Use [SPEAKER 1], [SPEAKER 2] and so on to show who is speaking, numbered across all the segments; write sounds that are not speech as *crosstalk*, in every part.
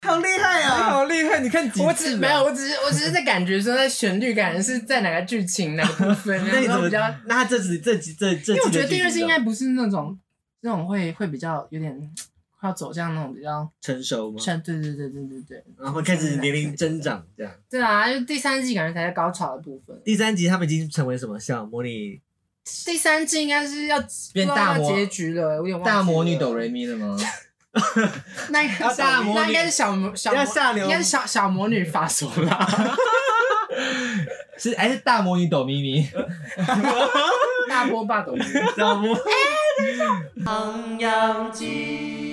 [SPEAKER 1] 哎
[SPEAKER 2] 看你看几
[SPEAKER 3] 啊我
[SPEAKER 2] 次
[SPEAKER 3] 只
[SPEAKER 2] 啊？
[SPEAKER 3] 没有，我只是我只是在感觉说，那旋律感是在哪个剧
[SPEAKER 2] *laughs*
[SPEAKER 3] 情哪个部分，
[SPEAKER 2] 那你
[SPEAKER 3] 然
[SPEAKER 2] 怎
[SPEAKER 3] 后
[SPEAKER 2] 么
[SPEAKER 3] 比较，？
[SPEAKER 2] 那他这次这集这这，
[SPEAKER 3] 因为我觉得第二季应该不是那种那种会会比较有点快要走向那种比较
[SPEAKER 2] 成熟吗？
[SPEAKER 3] 像，对对对对对对，
[SPEAKER 2] 然后开始年龄增长这样。
[SPEAKER 3] 对啊，就第三季感觉才是高潮的部分。
[SPEAKER 2] 第三集他们已经成为什么像模拟
[SPEAKER 3] 第三季应该是要
[SPEAKER 1] 变大
[SPEAKER 3] 不知道
[SPEAKER 1] 魔
[SPEAKER 3] 要结局了，我有点忘记了
[SPEAKER 1] 大魔女哆瑞咪了吗？
[SPEAKER 3] 那应该
[SPEAKER 2] 要啊大魔女
[SPEAKER 3] 那应该是小魔小魔
[SPEAKER 2] 要下流
[SPEAKER 3] 应该是小小魔女法索
[SPEAKER 2] *laughs*
[SPEAKER 3] 拉，
[SPEAKER 1] *laughs* 是还是大魔女哆咪咪？ *laughs*
[SPEAKER 3] 大波霸斗。
[SPEAKER 2] 小魔
[SPEAKER 1] *laughs*
[SPEAKER 3] 唐瑶鸡。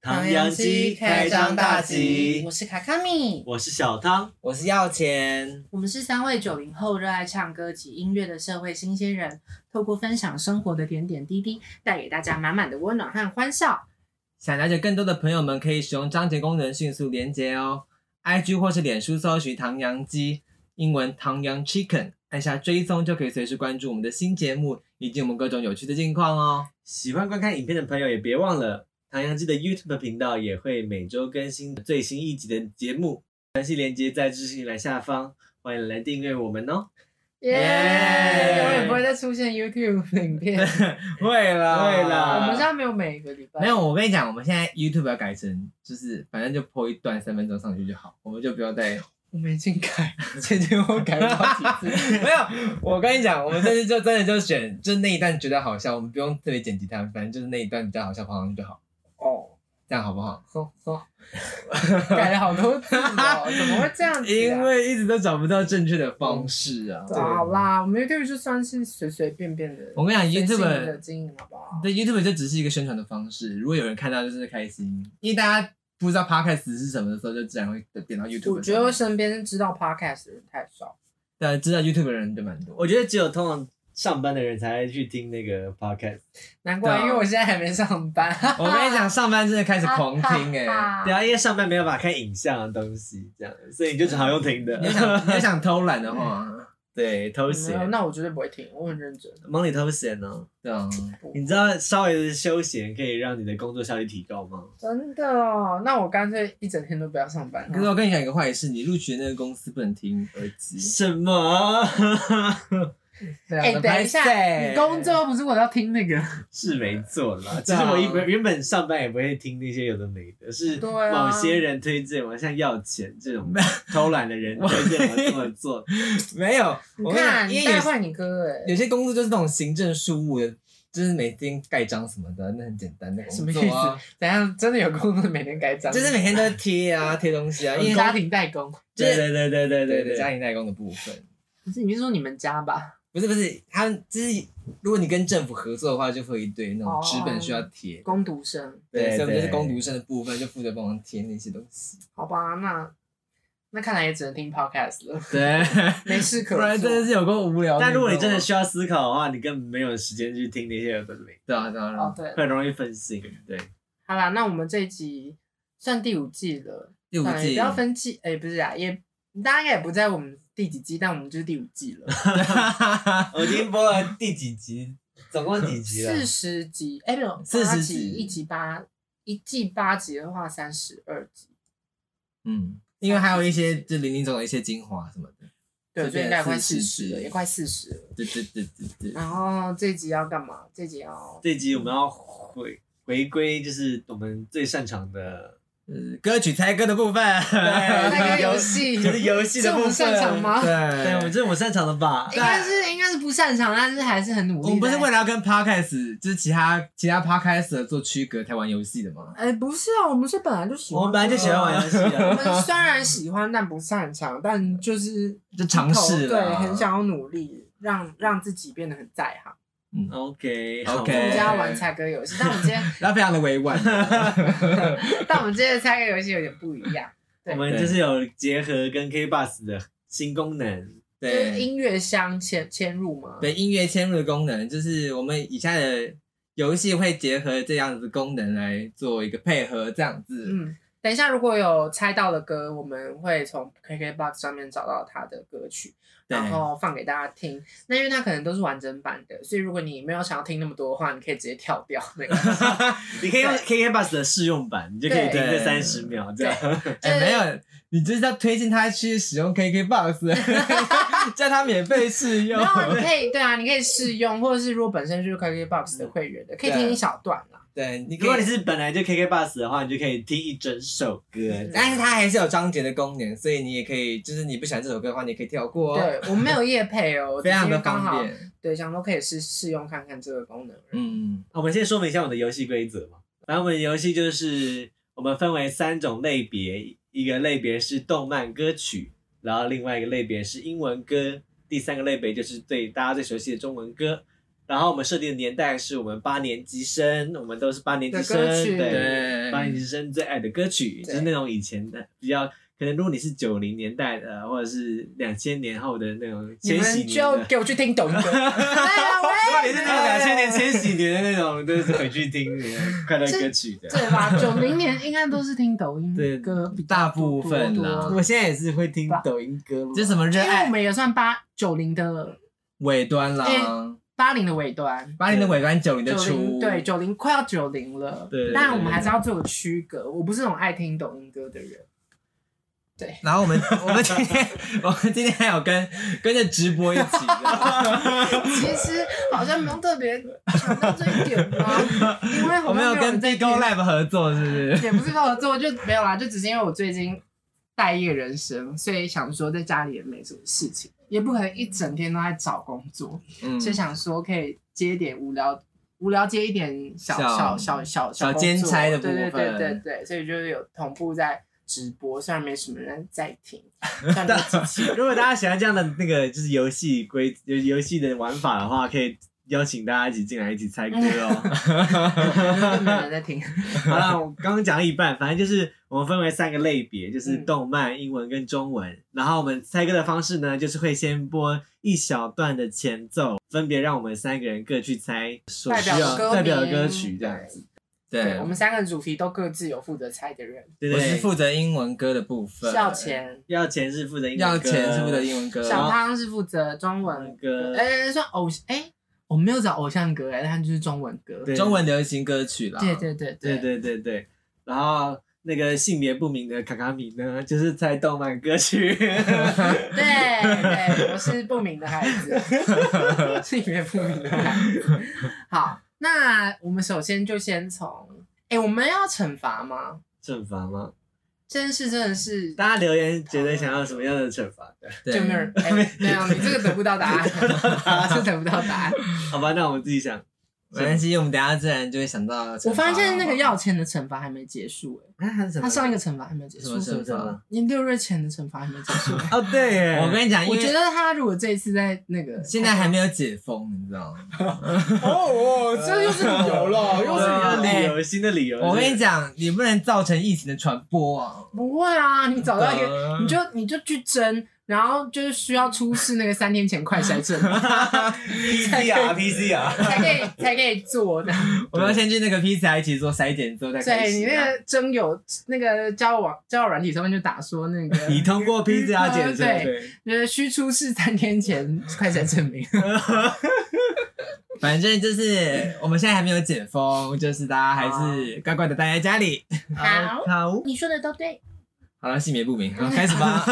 [SPEAKER 2] 唐扬鸡开张大吉
[SPEAKER 3] 我。是卡卡米，
[SPEAKER 2] 我是小汤，
[SPEAKER 1] 我是要钱，
[SPEAKER 3] 我们是三位九零后热爱唱歌及音乐的社会新鲜人，透过分享生活的点点滴滴，带给大家满满的温暖和欢笑。
[SPEAKER 1] 想了解更多的朋友们可以使用章节功能迅速连接哦。IG 或是脸书搜寻唐扬鸡，英文唐扬 Chicken，按下追踪就可以随时关注我们的新节目以及我们各种有趣的近况哦。
[SPEAKER 2] 喜欢观看影片的朋友也别忘了，唐扬鸡的 YouTube 频道也会每周更新最新一集的节目，详细链接在资讯栏下方，欢迎来订阅我们哦。
[SPEAKER 3] 耶！
[SPEAKER 1] 耶
[SPEAKER 3] 永远不会再出现 YouTube 影
[SPEAKER 1] *laughs*
[SPEAKER 3] 片。
[SPEAKER 1] 会啦
[SPEAKER 2] 会啦
[SPEAKER 3] 我们现在没有每个礼拜
[SPEAKER 1] 没有，我跟你讲，我们现在 YouTube 要改成，就是反正就播一段三分钟上去就好，我们就不要再。
[SPEAKER 3] 我们已经改，前前后后改了好几
[SPEAKER 1] *laughs*
[SPEAKER 3] 次。
[SPEAKER 1] 没有，我跟你讲，我们这次就真的就选，就那一段觉得好笑，我们不用特别剪辑它，反正就是那一段比较好笑放上去就好，
[SPEAKER 3] 哦，
[SPEAKER 1] 这样好不好？
[SPEAKER 3] 说说， *laughs* 改了好多次
[SPEAKER 1] *laughs*
[SPEAKER 3] 哦，怎么会这样子、啊？
[SPEAKER 1] 因为一直都找不到正确的方式啊。
[SPEAKER 3] 对好啦，我们 YouTube 就算是随随便便的，
[SPEAKER 1] 我跟你讲
[SPEAKER 3] 随性的
[SPEAKER 1] ，YouTube
[SPEAKER 3] 经营好不好？
[SPEAKER 1] 对 YouTube 就只是一个宣传的方式，如果有人看到就是开心，因为大家不知道 Podcast 是什么的时候，就自然会点到 YouTube。
[SPEAKER 3] 我觉得身边知道 Podcast 的人太少，
[SPEAKER 1] 对，啊知道 YouTube 的人就蛮多。
[SPEAKER 2] 我觉得只有通常上班的人才会去听那个 podcast。
[SPEAKER 3] 难
[SPEAKER 1] 对
[SPEAKER 3] 怪，
[SPEAKER 1] 啊
[SPEAKER 3] 因为我现在还没上班。
[SPEAKER 1] *laughs* 我跟你讲，上班真的开始狂听
[SPEAKER 3] *laughs*
[SPEAKER 1] 哎、
[SPEAKER 2] 对啊，因为上班没有办法看影像的东西，这样，所以你就只好用听的 *laughs*
[SPEAKER 1] 你。要想你要想偷懒
[SPEAKER 3] *laughs*
[SPEAKER 1] 的话，
[SPEAKER 2] 对，偷
[SPEAKER 3] 没有，
[SPEAKER 2] 闲，
[SPEAKER 3] 那我绝对不会听，我很认真。
[SPEAKER 2] 忙里偷闲呢、
[SPEAKER 1] 对啊，
[SPEAKER 2] 你知道稍微的休闲可以让你的工作效率提高吗？
[SPEAKER 3] 真的哦，那我干脆一整天都不要上班。
[SPEAKER 1] 可是我跟你讲一个坏事，你录取的那个公司不能听耳机。
[SPEAKER 2] 什么？
[SPEAKER 3] 对啊
[SPEAKER 1] 哎
[SPEAKER 3] 等一下，你工作不是我要听那个？
[SPEAKER 2] 是没错啦。其
[SPEAKER 1] 对啊
[SPEAKER 2] 实我一本原本上班也不会听那些有的没的，是
[SPEAKER 3] 对啊
[SPEAKER 2] 某些人推荐我，像要钱这种偷懒的 *laughs* 人推荐我这么 *laughs* 做。
[SPEAKER 1] 没有，
[SPEAKER 3] 你
[SPEAKER 1] 我跟
[SPEAKER 3] 啊看，
[SPEAKER 1] 讲，因
[SPEAKER 3] 你
[SPEAKER 1] 为
[SPEAKER 3] 带
[SPEAKER 1] 有些
[SPEAKER 3] 坏你哥哎、
[SPEAKER 1] 有些工作就是那种行政事务的，就是每天盖章什么的，那很简单的
[SPEAKER 3] 什么
[SPEAKER 1] 工
[SPEAKER 3] 意
[SPEAKER 1] 作啊，
[SPEAKER 3] 思？怎样？真的有工作每天盖章？
[SPEAKER 1] 就是每天都贴啊贴东西啊，因为
[SPEAKER 3] 家庭代工？
[SPEAKER 1] 就是
[SPEAKER 2] 对对对对
[SPEAKER 1] 对
[SPEAKER 2] 对对
[SPEAKER 1] 对
[SPEAKER 2] 对
[SPEAKER 1] 家庭代工的部分，
[SPEAKER 3] 不是，你是说你们家吧？
[SPEAKER 1] 不是不是，他们就是如果你跟政府合作的话，就会有一堆
[SPEAKER 3] 哦
[SPEAKER 1] 那种纸本需要贴。
[SPEAKER 3] 工读生？
[SPEAKER 1] 对，
[SPEAKER 2] 对
[SPEAKER 1] 所以我们就是
[SPEAKER 2] 对
[SPEAKER 1] 工读生的部分，就负责帮忙贴那些东西。
[SPEAKER 3] 好吧，那那看来也只能听 podcast 了，
[SPEAKER 1] 对，
[SPEAKER 3] 没事可
[SPEAKER 1] 不然
[SPEAKER 3] 做
[SPEAKER 1] 真的。是有够无聊。
[SPEAKER 2] 但如果你真的需要思考的话，你根本没有时间去听那些有的没
[SPEAKER 1] 对啊对啊，对
[SPEAKER 3] 哦
[SPEAKER 1] 啊，
[SPEAKER 3] 对，
[SPEAKER 2] 的，很容易分心。对，
[SPEAKER 3] 好啦，那我们这一集算第五季了，
[SPEAKER 1] 第五
[SPEAKER 3] 算了也
[SPEAKER 1] 季
[SPEAKER 3] 不要分季，哎、不是啊，也大家应该也不在我们第几季，但我们就是第五季了，
[SPEAKER 2] 我已经播了第几集，总共几集 *laughs* 了？
[SPEAKER 3] 四十集，哎、没有，
[SPEAKER 1] 40
[SPEAKER 3] 八
[SPEAKER 1] 集
[SPEAKER 3] 集，一集八，一季八集的话，三十二集，
[SPEAKER 1] *laughs* 嗯，因为还有一些就零零总的一些精华什么的。
[SPEAKER 3] 对，
[SPEAKER 1] 这
[SPEAKER 3] 所以
[SPEAKER 1] 边
[SPEAKER 3] 应该快
[SPEAKER 1] 40
[SPEAKER 3] 四
[SPEAKER 1] 集
[SPEAKER 3] 十了，也快四十了。
[SPEAKER 1] 对对对对对。
[SPEAKER 3] 然后这集要干嘛？这集要
[SPEAKER 2] 这集我们要回回归，就是我们最擅长的，
[SPEAKER 1] 呃，歌曲猜歌的部分， *laughs*
[SPEAKER 3] 那
[SPEAKER 2] 对
[SPEAKER 3] 个游戏，
[SPEAKER 2] 就是游戏
[SPEAKER 3] 是
[SPEAKER 2] 的
[SPEAKER 3] 我
[SPEAKER 2] 部
[SPEAKER 3] 们
[SPEAKER 2] 分。
[SPEAKER 3] 擅长吗？
[SPEAKER 2] 对，
[SPEAKER 1] 对，
[SPEAKER 2] 我们这是我擅长的吧？
[SPEAKER 3] 应该是应该是不擅长，但是还是很努力。
[SPEAKER 1] 我们不是为了要跟 podcast 就是其他其他 podcast 做区隔才玩游戏的吗？
[SPEAKER 3] 哎、不是啊，我们是本来就喜欢，
[SPEAKER 2] 我们本来就喜欢玩游戏
[SPEAKER 3] 我
[SPEAKER 2] *laughs* 啊。
[SPEAKER 3] 们虽然喜欢，但不擅长，但就是
[SPEAKER 1] 就尝试了
[SPEAKER 3] 对，很想要努力，让让自己变得很在行。
[SPEAKER 2] OK 好
[SPEAKER 1] OK
[SPEAKER 3] 我们
[SPEAKER 1] 对
[SPEAKER 3] 家要玩猜歌游戏，但我们
[SPEAKER 1] *laughs*
[SPEAKER 3] 今天
[SPEAKER 1] 然后非常的委婉，
[SPEAKER 3] 但我们今天的猜歌游戏有点不一样，对
[SPEAKER 2] 我们就是有结合跟 K Bus 的新功能，
[SPEAKER 3] 就是
[SPEAKER 1] 对
[SPEAKER 3] 音乐箱嵌嵌入嘛。
[SPEAKER 1] 对，音乐嵌入的功能，就是我们以下的游戏会结合这样子的功能来做一个配合，这样子。
[SPEAKER 3] 嗯，等一下如果有猜到的歌，我们会从 KKBOX 上面找到他的歌曲，
[SPEAKER 1] 对
[SPEAKER 3] 然后放给大家听。那因为它可能都是完整版的，所以如果你没有想要听那么多的话，你可以直接跳掉那
[SPEAKER 1] *laughs*
[SPEAKER 3] 个。
[SPEAKER 2] 你可以用
[SPEAKER 3] 对
[SPEAKER 2] KK Bus 的试用版，你就可以
[SPEAKER 3] 对
[SPEAKER 2] 听这三十秒这样。
[SPEAKER 1] 哎、没有，你就是要推荐他去使用
[SPEAKER 3] *laughs*
[SPEAKER 1] KKBOX，叫他免费试用
[SPEAKER 3] 然。后你可以对啊，你可以试用，或者是如果本身就是 KKBOX
[SPEAKER 1] 嗯
[SPEAKER 3] 的会员的，可以听一小段啦。
[SPEAKER 1] 对，你
[SPEAKER 2] 如
[SPEAKER 1] 可
[SPEAKER 2] 果
[SPEAKER 1] 以
[SPEAKER 2] 你，是本来就 KK Bus 的话，你就可以听一整首歌。
[SPEAKER 1] 但是它还是有章节的功能，所以你也可以，就是你不喜欢这首歌的话，你可以跳过、哦，
[SPEAKER 3] 对，我们没有夜配哦，
[SPEAKER 1] *laughs* 非常
[SPEAKER 3] 只
[SPEAKER 1] 的
[SPEAKER 3] 是刚好
[SPEAKER 1] 方。便。
[SPEAKER 3] 对，想说可以试试用看看这个功能。嗯，
[SPEAKER 1] 嗯，
[SPEAKER 2] 我们先说明一下我们的游戏规则嘛。反正我们的游戏就是我们分为三种类别，一个类别是动漫歌曲，然后另外一个类别是英文歌，第三个类别就是对大家最熟悉的中文歌。然后我们设定的年代是我们八年级生，我们都是八年级生，
[SPEAKER 3] 的歌曲
[SPEAKER 2] 对，
[SPEAKER 1] 对，
[SPEAKER 2] 八年级生最爱的歌曲，就是那种以前的比较。可能如果你是九零年代的，或者是两千年后的那种
[SPEAKER 3] 你
[SPEAKER 2] 千禧
[SPEAKER 3] 们
[SPEAKER 2] 年
[SPEAKER 3] 就
[SPEAKER 2] 的，
[SPEAKER 3] 给我去听抖音歌。
[SPEAKER 1] *laughs*
[SPEAKER 3] 对啊，我
[SPEAKER 2] 也
[SPEAKER 3] 也
[SPEAKER 2] 是那种
[SPEAKER 3] *laughs*
[SPEAKER 2] 两千年千禧年的那种，就是回去听的快乐歌曲的。
[SPEAKER 3] 对吧？九零年应该都是听抖音
[SPEAKER 1] 对
[SPEAKER 3] 歌比较
[SPEAKER 1] 大部分
[SPEAKER 3] 多
[SPEAKER 1] 啦
[SPEAKER 3] 多，
[SPEAKER 2] 我现在也是会听抖音歌嘛，
[SPEAKER 1] 就什么热
[SPEAKER 3] 因为我
[SPEAKER 1] 爱
[SPEAKER 3] 们也算八九零的
[SPEAKER 1] 尾端啦
[SPEAKER 3] 哎，八零的尾端，
[SPEAKER 1] 八零的尾端，九零的
[SPEAKER 3] 九零
[SPEAKER 1] 初，
[SPEAKER 3] 对九零快要九零了。
[SPEAKER 2] 对
[SPEAKER 3] 但我们还是要做个区隔。我不是那种爱听抖音歌的人。对，
[SPEAKER 1] 然后我们我们今天我们今天还有跟跟着直播一起
[SPEAKER 3] *laughs*
[SPEAKER 1] 的，
[SPEAKER 3] 其实好像没有特别想到这一点
[SPEAKER 1] *laughs*
[SPEAKER 3] 吧，因为好
[SPEAKER 1] 我
[SPEAKER 3] 像
[SPEAKER 1] 们有
[SPEAKER 3] 人
[SPEAKER 1] 跟
[SPEAKER 3] 在
[SPEAKER 1] Big Go
[SPEAKER 3] 听
[SPEAKER 1] Lab 合作，是不是？
[SPEAKER 3] 也不是合作，就没有啦，就只是因为我最近待业人生，所以想说在家里也没什么事情，也不可能一整天都在找工作，
[SPEAKER 1] 嗯，
[SPEAKER 3] 所以想说可以接一点无聊。无聊接一点小
[SPEAKER 1] 小
[SPEAKER 3] 小小小
[SPEAKER 1] 小
[SPEAKER 3] 工作
[SPEAKER 1] 兼差的部
[SPEAKER 3] 对对对
[SPEAKER 1] 分
[SPEAKER 3] 对对，所以就是有同步在直播，虽然没什么人在听，但没机器人
[SPEAKER 2] 如果大家喜欢这样的那个就是游戏规游游戏的玩法的话，可以邀请大家一起进来一起猜歌
[SPEAKER 3] *laughs*
[SPEAKER 2] 哦。
[SPEAKER 3] 根本没有人在听。
[SPEAKER 2] 好了，我刚刚讲了一半，反正就是我们分为三个类别，就是
[SPEAKER 3] 嗯
[SPEAKER 2] 动漫、英文跟中文。然后我们猜歌的方式呢，就是会先播一小段的前奏，分别让我们三个人各去猜所需
[SPEAKER 3] 代表歌
[SPEAKER 2] 要
[SPEAKER 3] 名
[SPEAKER 2] 代表的歌曲这样子。
[SPEAKER 1] 对
[SPEAKER 3] 对，我们三个主题都各自有负责猜的人，
[SPEAKER 2] 对
[SPEAKER 1] 我
[SPEAKER 2] 对
[SPEAKER 1] 是
[SPEAKER 2] 对，
[SPEAKER 1] 负责英文歌的部分，
[SPEAKER 3] 笑，钱，
[SPEAKER 2] 要钱是负责英文
[SPEAKER 1] 要
[SPEAKER 2] 歌
[SPEAKER 1] 钱是负责英文歌，
[SPEAKER 3] 小汤是负责中文
[SPEAKER 2] 歌
[SPEAKER 3] 哎、算偶像哎、我没有找偶像歌哎、但就是中文歌。
[SPEAKER 2] 对
[SPEAKER 1] 中文流行歌曲啦，
[SPEAKER 3] 对对对
[SPEAKER 2] 对
[SPEAKER 3] 对
[SPEAKER 2] 对对对，然后那个性别不明的卡卡米呢， *laughs* 就是猜动漫歌
[SPEAKER 1] *laughs*
[SPEAKER 2] 曲，
[SPEAKER 3] 对对我是不明的孩 *laughs* 子，是里面不明的孩子。好，那我们首先就先从哎、我们要惩罚吗？
[SPEAKER 2] 惩罚吗？
[SPEAKER 3] 这件事真的是
[SPEAKER 2] 大家留言觉得想要什么样的惩
[SPEAKER 1] *laughs*
[SPEAKER 2] 罚的？
[SPEAKER 1] 对
[SPEAKER 3] 就没有人 *laughs* 哎、没有你这个得不到答 *laughs* 案，这得不到答案。
[SPEAKER 2] 好吧，那我们自己想。
[SPEAKER 1] 没关系，我们等一下自然就会想到。
[SPEAKER 3] 我发现那个要钱的惩罚还没结束哎、
[SPEAKER 2] 啊，还是什么
[SPEAKER 3] 他上一个惩罚还没结
[SPEAKER 1] 什
[SPEAKER 3] 束
[SPEAKER 1] 么，什么什
[SPEAKER 2] 什
[SPEAKER 1] 么
[SPEAKER 2] 么，
[SPEAKER 3] 你六月前的惩罚还没结束。
[SPEAKER 2] 哦，对耶，
[SPEAKER 1] 我跟你讲，因
[SPEAKER 3] 我觉
[SPEAKER 1] 为
[SPEAKER 3] 得他如果这一次在那个
[SPEAKER 1] 现在还没有解封，你知道吗？
[SPEAKER 3] 哦，这又是理由了，
[SPEAKER 2] 又
[SPEAKER 3] 又
[SPEAKER 2] 是
[SPEAKER 3] 是理由
[SPEAKER 2] 有
[SPEAKER 1] 对啊
[SPEAKER 2] 理由，哎新的理由。
[SPEAKER 1] 我跟你，讲，你不能造成疫情的传
[SPEAKER 3] *laughs*
[SPEAKER 1] 播啊！
[SPEAKER 3] 不会啊，你找到一个，
[SPEAKER 1] 个
[SPEAKER 3] 你就你就去争，然后就是需要出示那个三天前快筛证，
[SPEAKER 1] *laughs*
[SPEAKER 2] PCR PCR，
[SPEAKER 3] 才可以才可以做的。
[SPEAKER 1] 我们要先去那个 PCR 一起做筛检之后再开
[SPEAKER 3] 对你
[SPEAKER 1] 始
[SPEAKER 3] 那
[SPEAKER 1] 啊。
[SPEAKER 3] 个征友那个交友网交友软体上面就打说那个
[SPEAKER 2] 你通过 PCR 检测，
[SPEAKER 3] 对
[SPEAKER 2] 对，
[SPEAKER 3] 呃需出示三天前快筛证明。 *laughs*
[SPEAKER 1] 反正就是我们现在还没有解封，就是大家还是乖乖的待在家里。
[SPEAKER 3] 好
[SPEAKER 1] 好，
[SPEAKER 3] 你说的都对，
[SPEAKER 1] 好了，性别不明，好开始
[SPEAKER 3] *laughs*
[SPEAKER 1] 吧，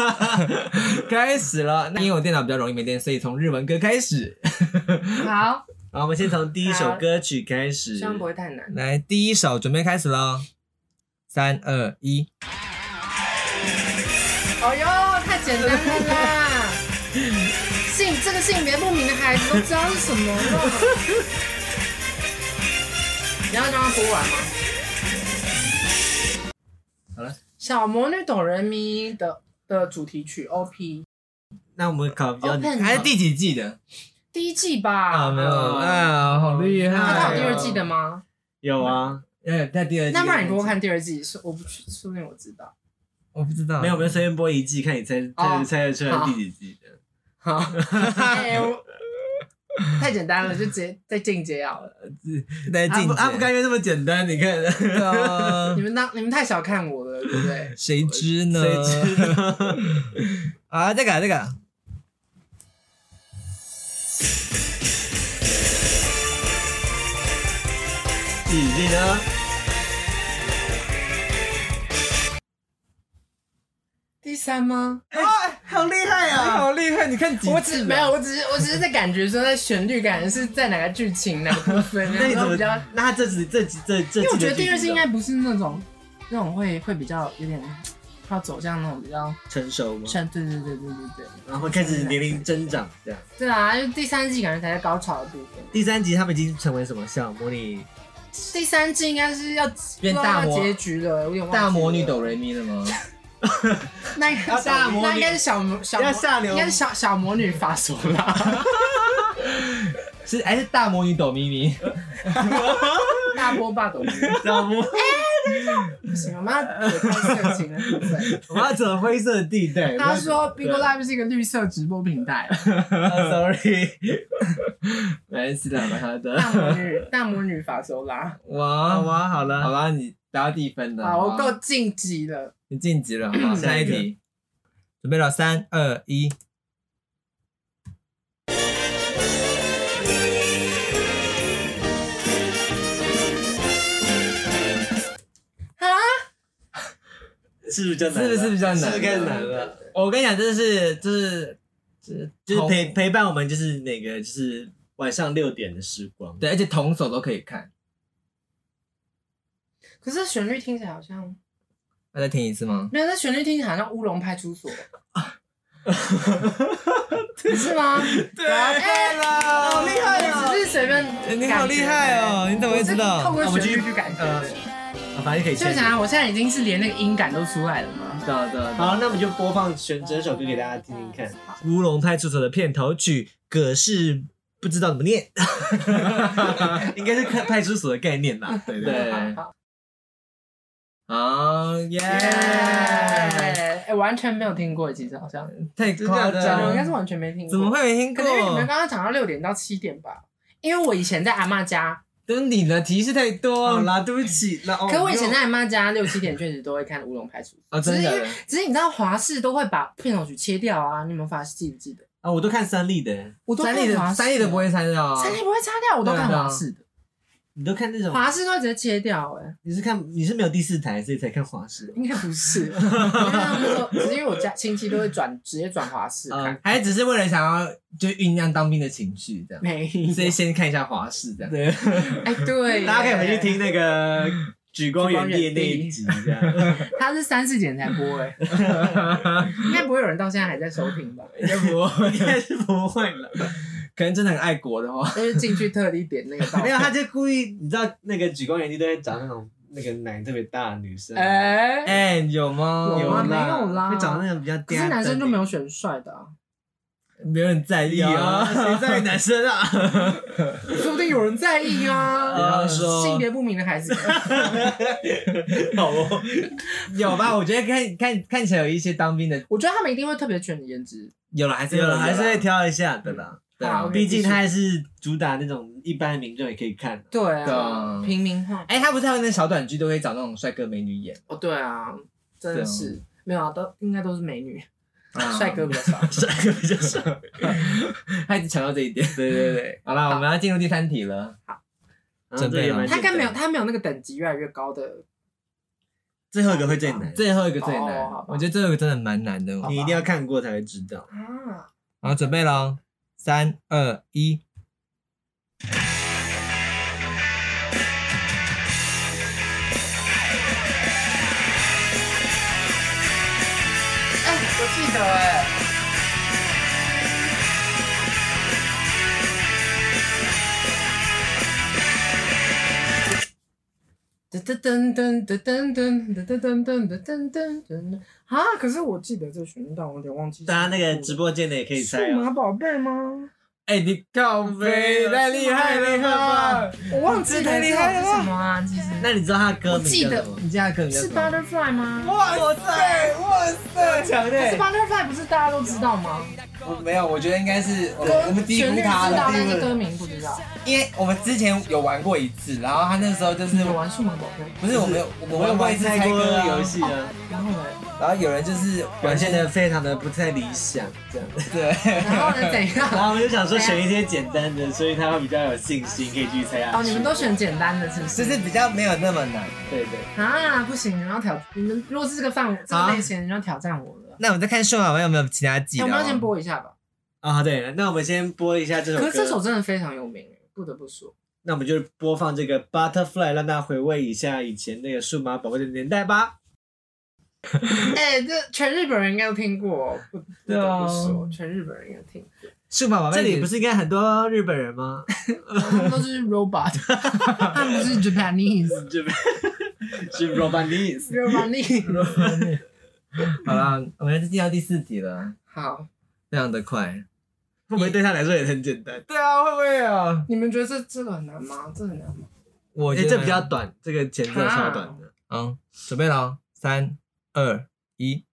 [SPEAKER 1] 开始了。那因为我电脑比较容易没电，所以从日文歌开始。
[SPEAKER 3] 好，
[SPEAKER 2] 好，我们先从第一首
[SPEAKER 3] 好
[SPEAKER 2] 歌曲开始
[SPEAKER 3] 希。望不会太难。
[SPEAKER 1] 来，第一首准备开始喽，三二一，
[SPEAKER 3] 哦哟，太简单了 *laughs* 啦！性这个性别不明的孩子都知道是什么了。 *laughs* 你要让他播完吗？
[SPEAKER 1] 好了，
[SPEAKER 3] 小魔女懂人咪的的主题曲 OP
[SPEAKER 2] 那我们考比较
[SPEAKER 3] Open
[SPEAKER 1] 还是第几季的？
[SPEAKER 3] 第一季吧？
[SPEAKER 1] 啊，没有，
[SPEAKER 2] 啊
[SPEAKER 1] 啊，好厉害！
[SPEAKER 3] 那他有
[SPEAKER 2] 哎
[SPEAKER 3] 第
[SPEAKER 2] 呦
[SPEAKER 3] 二季的吗？
[SPEAKER 2] 有啊，
[SPEAKER 1] 呃，在第二季。
[SPEAKER 3] 那不然你给我，看第二季，说我不去，说不定我知 *laughs* 道。
[SPEAKER 1] 我不知道，
[SPEAKER 2] 没有，我们随便播一季，看你猜猜
[SPEAKER 3] 哦
[SPEAKER 2] 猜得出来第几季的。
[SPEAKER 3] 好，哎我太简单了，就直接再进阶好了。
[SPEAKER 1] 对，
[SPEAKER 2] 哎
[SPEAKER 3] 阿
[SPEAKER 1] 阿
[SPEAKER 3] 啊不
[SPEAKER 1] 啊不阿
[SPEAKER 3] 阿不
[SPEAKER 1] 不
[SPEAKER 3] 甘
[SPEAKER 1] 甘愿那么简单，你
[SPEAKER 2] *laughs*
[SPEAKER 1] 看，
[SPEAKER 3] 你们当你们太小看我了，对不 *laughs* 对？
[SPEAKER 1] 谁知呢？
[SPEAKER 2] 谁知道？
[SPEAKER 1] 啊，这个这个，
[SPEAKER 3] *laughs*
[SPEAKER 2] 是呢？
[SPEAKER 3] 第三吗？
[SPEAKER 1] 哎，好厉害啊！好厉害，你看几
[SPEAKER 3] 我
[SPEAKER 2] 啊
[SPEAKER 3] 只没有，我只是我只是在感觉说，在旋律感是在哪个剧情哪个部分，
[SPEAKER 2] *laughs* 那你
[SPEAKER 3] 然
[SPEAKER 2] 怎
[SPEAKER 3] 后
[SPEAKER 2] 么
[SPEAKER 3] 比较，？
[SPEAKER 2] 那这只这集这这，
[SPEAKER 3] 因为我觉得第二
[SPEAKER 2] 季
[SPEAKER 3] 季应该不是那种那种会会比较有点要走向那种比较
[SPEAKER 2] 成熟吗？
[SPEAKER 3] 像对对对对对对，
[SPEAKER 2] 然后开始年龄增长这样。
[SPEAKER 3] 对啊，因为第三季感觉才是高潮的部分，
[SPEAKER 2] 第三集他们已经成为什么像模
[SPEAKER 3] *laughs*
[SPEAKER 2] 拟
[SPEAKER 3] 第三季应该是要
[SPEAKER 1] 变大魔
[SPEAKER 3] 不知道要结局了，有点忘记了
[SPEAKER 1] 大魔女哆，瑞咪了吗？
[SPEAKER 3] 那应该
[SPEAKER 2] 要啊大魔女
[SPEAKER 3] 那应该是小魔小
[SPEAKER 2] 要
[SPEAKER 3] 魔
[SPEAKER 2] 下流
[SPEAKER 3] 应该是小小魔女法索
[SPEAKER 2] *laughs*
[SPEAKER 3] 拉，
[SPEAKER 1] 是还是大魔女哆咪咪？
[SPEAKER 3] 大波霸斗女。
[SPEAKER 2] 大魔，
[SPEAKER 3] 不行，我们要解开色情的部
[SPEAKER 2] *laughs*
[SPEAKER 3] 分。
[SPEAKER 1] 我要走灰色
[SPEAKER 3] *laughs*
[SPEAKER 1] 地带。
[SPEAKER 3] 他说
[SPEAKER 2] 啊
[SPEAKER 3] Bigo Live 是一个绿色直播平台，
[SPEAKER 1] ：“Sorry，没事的，蛮好的。
[SPEAKER 3] 大魔女大魔女法索
[SPEAKER 1] *laughs*
[SPEAKER 3] 拉。
[SPEAKER 1] 哇
[SPEAKER 2] 好吧，好啊
[SPEAKER 1] 好
[SPEAKER 2] 了，
[SPEAKER 1] 吧，你达到第一分了。
[SPEAKER 3] 好，我
[SPEAKER 1] 吧
[SPEAKER 3] 够晋级了。
[SPEAKER 1] 你晋级了，好吧
[SPEAKER 2] 下
[SPEAKER 1] 下
[SPEAKER 2] 一
[SPEAKER 1] 一
[SPEAKER 2] 个
[SPEAKER 1] 题，准备了，三二一。
[SPEAKER 3] 啊，
[SPEAKER 2] 是不是比较
[SPEAKER 1] 是
[SPEAKER 2] 难了？
[SPEAKER 1] 不是比较难
[SPEAKER 2] 是不是更
[SPEAKER 1] 了
[SPEAKER 2] 难啊了？
[SPEAKER 1] 我跟你讲，这是这是这
[SPEAKER 2] 就是陪
[SPEAKER 1] 同
[SPEAKER 2] 陪伴我们，就是那个就是晚上六点的时光。
[SPEAKER 1] 对，而且同手都可以看。
[SPEAKER 3] 可是旋律听起来好像
[SPEAKER 1] 那再听一次吗？
[SPEAKER 3] 没有，那旋律听起来好像乌龙派出
[SPEAKER 1] *laughs*
[SPEAKER 3] 所，是吗？
[SPEAKER 1] 对
[SPEAKER 3] 哎
[SPEAKER 1] 了
[SPEAKER 2] 好厉害啊
[SPEAKER 3] 我只是随便感觉的，
[SPEAKER 1] 你好厉害哦你怎么会知道
[SPEAKER 3] 我是透过
[SPEAKER 1] 那我们
[SPEAKER 3] 旋
[SPEAKER 1] 继续呃
[SPEAKER 3] 律去感觉的。
[SPEAKER 2] 啊，反正可以
[SPEAKER 3] 就
[SPEAKER 2] 签
[SPEAKER 3] 想。啊，我现在已经是连那个音感都出来了嘛。
[SPEAKER 1] 对啊对啊对啊
[SPEAKER 2] 好，那我们就播放选整首歌给大家听听看，《乌龙派出所》的片头曲，可 *laughs* 是不知道怎么念，应该是派派出所的概念吧？对
[SPEAKER 1] 对
[SPEAKER 3] 好
[SPEAKER 1] 好耶！
[SPEAKER 3] 哎、完全没有听过，其实好像。
[SPEAKER 1] 太夸
[SPEAKER 2] 真的
[SPEAKER 1] 张
[SPEAKER 3] 我
[SPEAKER 2] 假
[SPEAKER 3] 应该
[SPEAKER 2] 的
[SPEAKER 3] 是完全没听过。
[SPEAKER 1] 怎么？会没听
[SPEAKER 3] 可
[SPEAKER 1] 过？
[SPEAKER 3] 能因为你们刚刚讲到六点到七点吧，因为我以前在阿妈家，
[SPEAKER 1] 都是你的提示太
[SPEAKER 2] 好
[SPEAKER 1] 多了
[SPEAKER 2] 啦，哦对不起，那
[SPEAKER 3] 可我以前在阿妈家六七点确实都会看《乌龙派出所
[SPEAKER 1] 啊！》，
[SPEAKER 3] 只
[SPEAKER 1] 真
[SPEAKER 3] 是因
[SPEAKER 1] 的
[SPEAKER 3] 为只是你知道华视都会把片头曲切掉啊，你有没有发现？记不记得？
[SPEAKER 2] 啊，我都看三立的，
[SPEAKER 3] 我都看
[SPEAKER 1] 三 D
[SPEAKER 3] 华
[SPEAKER 2] 啊
[SPEAKER 1] 的
[SPEAKER 3] 视啊
[SPEAKER 1] 三 D 的不，会删掉啊
[SPEAKER 3] 三！立不会擦掉，我都看
[SPEAKER 1] 对啊
[SPEAKER 3] 华视的，
[SPEAKER 2] 你都看那种，
[SPEAKER 3] 华视都会直接切掉、哎，
[SPEAKER 2] 你是看你是没有第四台，所以才看华视。
[SPEAKER 3] 应该不是，因为他们说，只是因为我家亲戚都会转直接转华视看
[SPEAKER 1] 嗯，，还只是为了想要就酝酿当兵的情绪这样，
[SPEAKER 3] 没
[SPEAKER 1] 所以先看一下华视这样。
[SPEAKER 2] 对，
[SPEAKER 3] 哎、对，
[SPEAKER 2] 大家可以回去听，那个《 *laughs* 举光远地》那一集，这样
[SPEAKER 3] 他是三四点才播、哎，应该不会有人到现在还在收听吧？
[SPEAKER 1] 应该不
[SPEAKER 2] *laughs* 应
[SPEAKER 1] 会，
[SPEAKER 2] 该 *laughs* 是不会了。
[SPEAKER 1] 可能真的很爱国的话，
[SPEAKER 3] 就是进去特地点那个报
[SPEAKER 2] 没有，他就故意，你知道那个《举光远地》都在找那种那个奶特别大的女生。
[SPEAKER 3] 哎、
[SPEAKER 1] 哎，有吗？
[SPEAKER 3] 有吗
[SPEAKER 2] 啦，
[SPEAKER 3] 啊没有啦
[SPEAKER 2] 会找那种比较
[SPEAKER 3] 可
[SPEAKER 2] 嗲。
[SPEAKER 3] 是男生就没有。选帅的啊，
[SPEAKER 1] 没有人在意
[SPEAKER 2] 有
[SPEAKER 1] 啊
[SPEAKER 2] 啊，，谁在意男生啊？
[SPEAKER 1] *laughs*
[SPEAKER 3] 说不定有人在意啊。
[SPEAKER 1] 比方说
[SPEAKER 3] 性别不明的孩子，
[SPEAKER 2] 好哦，
[SPEAKER 1] 有
[SPEAKER 2] *laughs*
[SPEAKER 1] 吧？我觉得看看看起来有一些当兵的，
[SPEAKER 3] 我觉得他们一定会特别选颜值。
[SPEAKER 1] 有了还是
[SPEAKER 2] 有了，
[SPEAKER 1] 了，
[SPEAKER 2] 还是会
[SPEAKER 1] 挑。
[SPEAKER 2] 挑一下的啦。
[SPEAKER 1] 对
[SPEAKER 3] 好
[SPEAKER 1] 啊，
[SPEAKER 3] ，OK
[SPEAKER 2] 毕竟他还是主打那种一般民众也可以看。
[SPEAKER 3] 对啊
[SPEAKER 1] 对啊，
[SPEAKER 3] 平民化。
[SPEAKER 1] 哎，他不是还有那小短剧都会找那种帅哥美女演，
[SPEAKER 3] 哦，对啊，真的是没有啊，都应该都是美女，
[SPEAKER 1] 啊
[SPEAKER 3] 帅哥比较少。 *laughs*
[SPEAKER 2] 帅哥比较少。 *laughs*
[SPEAKER 1] 他一直强调这一点。
[SPEAKER 2] 对对对，
[SPEAKER 1] 好了，我们要进入第三题了。
[SPEAKER 2] 然后啊这也蛮
[SPEAKER 3] 他
[SPEAKER 2] 简
[SPEAKER 3] 应
[SPEAKER 2] 单的
[SPEAKER 3] 该没有，他没有那个等级越来越高的。
[SPEAKER 2] 最后一个会最难，
[SPEAKER 1] 最后一个最
[SPEAKER 3] 哦
[SPEAKER 1] 难
[SPEAKER 3] 好吧，
[SPEAKER 1] 我觉得最后一个真的蛮难的。
[SPEAKER 2] 你一定要看过才会知道。
[SPEAKER 3] 啊，
[SPEAKER 1] 好，准备喽，三二一。
[SPEAKER 3] 哎、我记得哎、噔噔噔噔噔噔噔噔噔噔噔噔噔啊！可是我记得这旋律，但我有点忘记。
[SPEAKER 2] 大家那个直播间的也可以猜
[SPEAKER 3] 数码
[SPEAKER 2] 哦。
[SPEAKER 3] 宝贝吗？
[SPEAKER 1] 哎，你靠背啊太厉害了吧！
[SPEAKER 3] 我忘记了，
[SPEAKER 1] 这太厉害了
[SPEAKER 3] 这是什么啊？其实
[SPEAKER 2] 那你知道他的歌名
[SPEAKER 3] 我记
[SPEAKER 2] 叫
[SPEAKER 3] 得
[SPEAKER 2] 什么？
[SPEAKER 1] 你这样可能
[SPEAKER 3] 是 Butterfly 吗？
[SPEAKER 1] 哇塞哇塞，强欸
[SPEAKER 3] 可是 Butterfly 不是大家都知道吗？
[SPEAKER 1] 我没有，我觉得应该是我们我们低
[SPEAKER 3] 旋
[SPEAKER 1] 估
[SPEAKER 3] 律知
[SPEAKER 1] 他
[SPEAKER 3] 道，但
[SPEAKER 1] 了，低
[SPEAKER 3] 是
[SPEAKER 1] 估
[SPEAKER 3] 歌
[SPEAKER 1] 了。
[SPEAKER 3] 名不知道。
[SPEAKER 1] 因为我们之前有玩过一次，然后他那时候就是
[SPEAKER 3] 你有玩数码宝贝？
[SPEAKER 1] 不是我们有我们
[SPEAKER 2] 我有
[SPEAKER 1] 玩过一
[SPEAKER 2] 玩
[SPEAKER 1] 次
[SPEAKER 2] 猜
[SPEAKER 1] 猜
[SPEAKER 2] 歌
[SPEAKER 1] 歌啊
[SPEAKER 2] 游，戏啊，
[SPEAKER 3] 然后呢？
[SPEAKER 1] 然后有人就是
[SPEAKER 2] 表现的非常的不太理想，这样。
[SPEAKER 1] 对，
[SPEAKER 3] 然后呢？怎
[SPEAKER 2] *laughs* 然
[SPEAKER 3] 样？ *laughs*
[SPEAKER 2] 后我们就想
[SPEAKER 1] 啊
[SPEAKER 2] 说选一些简单的，所以他会比较有信心，可以继续猜下去。
[SPEAKER 3] 哦，你们都选简单的，是不是？
[SPEAKER 1] 就是比较没有那么难。
[SPEAKER 2] 对对，
[SPEAKER 3] 啊，不行，你们要挑，你们如果是这个范围、这个类型，你们要挑战我了。
[SPEAKER 1] 那我们再看数码宝贝有没有其他
[SPEAKER 3] 哎
[SPEAKER 1] 季
[SPEAKER 3] 我
[SPEAKER 1] 的
[SPEAKER 3] 们
[SPEAKER 1] 哦？
[SPEAKER 3] 要先播一下吧。
[SPEAKER 2] 啊对，那我们先播一下这首歌。
[SPEAKER 3] 可是这首真的非常有名，不得不说。
[SPEAKER 2] 那我们就播放这个 Butterfly，让大家回味一下以前那个数码宝贝的年代吧。
[SPEAKER 3] *laughs* 哎，这全日本人应该都听过，不不
[SPEAKER 1] 对啊
[SPEAKER 3] 得不说，全日本人应该听过。
[SPEAKER 1] 数码宝贝
[SPEAKER 2] 这里不是应该很多日本人
[SPEAKER 1] *laughs*
[SPEAKER 2] 吗？
[SPEAKER 3] 他们都是 robot，他 *laughs* 们不是 Japanese。
[SPEAKER 2] 这边是 Robanese。
[SPEAKER 3] Japanese。 *laughs*
[SPEAKER 1] *laughs* 好啦，我们进到第四题了，
[SPEAKER 3] 好，
[SPEAKER 1] 非常的快。
[SPEAKER 2] 会不会对他来说也很简单？
[SPEAKER 1] 对啊，会不会啊？
[SPEAKER 3] 你们觉得这这个很难吗？这很难吗？ *laughs*
[SPEAKER 1] 我
[SPEAKER 2] 而
[SPEAKER 1] 觉
[SPEAKER 2] 且
[SPEAKER 1] 得
[SPEAKER 2] 哎这比较短，这个前奏超短的。
[SPEAKER 1] 嗯，准备了哦，三二一。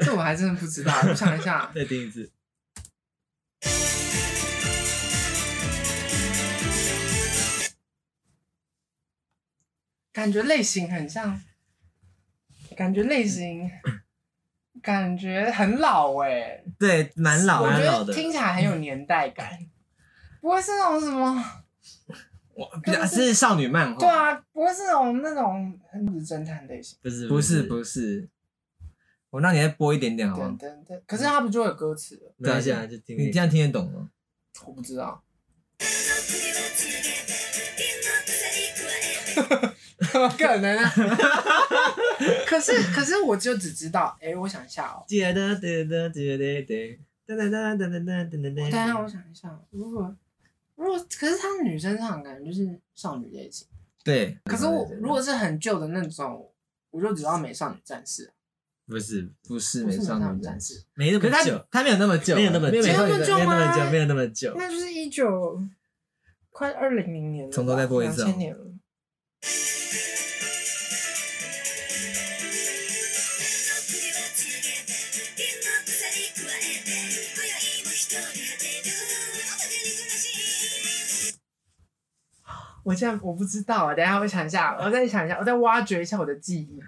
[SPEAKER 3] 这我还真的不知道，我想一下。
[SPEAKER 2] 再听一次。
[SPEAKER 3] 感觉类型很像，感觉类型，感觉很老哎、
[SPEAKER 1] 对，蛮老
[SPEAKER 2] 啊
[SPEAKER 3] 我觉
[SPEAKER 1] 蛮老
[SPEAKER 3] 得
[SPEAKER 1] 的，
[SPEAKER 3] 听起来很有年代感，不会是那种什
[SPEAKER 1] 哦
[SPEAKER 3] 么，
[SPEAKER 1] 比较是少女漫画。
[SPEAKER 3] 对啊，不会是那种那种很女侦探类型，
[SPEAKER 2] 不是
[SPEAKER 1] 不是不是，我让你再播一点点好
[SPEAKER 3] 等
[SPEAKER 1] 吗？
[SPEAKER 3] 等等，可是它不就有歌词了？
[SPEAKER 2] 没关系啊，就听
[SPEAKER 1] 你这
[SPEAKER 2] 样
[SPEAKER 1] 样听得懂吗？
[SPEAKER 3] 我不知道， *laughs* 怎么可能啊？ *laughs* 可是可是我就只知道，哎、我想一下哦、
[SPEAKER 2] 哒哒哒哒哒哒哒哒哒哒
[SPEAKER 3] 等一啊
[SPEAKER 1] 啊
[SPEAKER 3] 下，我想一下，如果如果可是她女生唱，感觉就是少女类型。
[SPEAKER 1] 对。
[SPEAKER 3] 可是我如果是很旧的那种，我就只知道《美少女战士
[SPEAKER 2] 不是，
[SPEAKER 1] 不是》，
[SPEAKER 3] 不
[SPEAKER 1] 美
[SPEAKER 3] 是《美
[SPEAKER 1] 少
[SPEAKER 3] 少女
[SPEAKER 1] 女
[SPEAKER 3] 战
[SPEAKER 1] 战士，
[SPEAKER 3] 士
[SPEAKER 2] 没那
[SPEAKER 1] 可是
[SPEAKER 2] 么
[SPEAKER 1] 他
[SPEAKER 2] 久，
[SPEAKER 1] 他没有那么久，啊
[SPEAKER 2] 没有那么
[SPEAKER 1] 没有
[SPEAKER 2] 久，
[SPEAKER 1] 美少女
[SPEAKER 3] 没有那么久
[SPEAKER 2] 没有
[SPEAKER 3] 吗
[SPEAKER 2] 那么久，没有那么》，久。
[SPEAKER 3] 那就是一九快二零零年了吧，
[SPEAKER 1] 从头再播一次哦
[SPEAKER 3] 两千年了。我现在我不知道，啊等一下我想一下，我再想一下，我再挖掘一下我的记忆。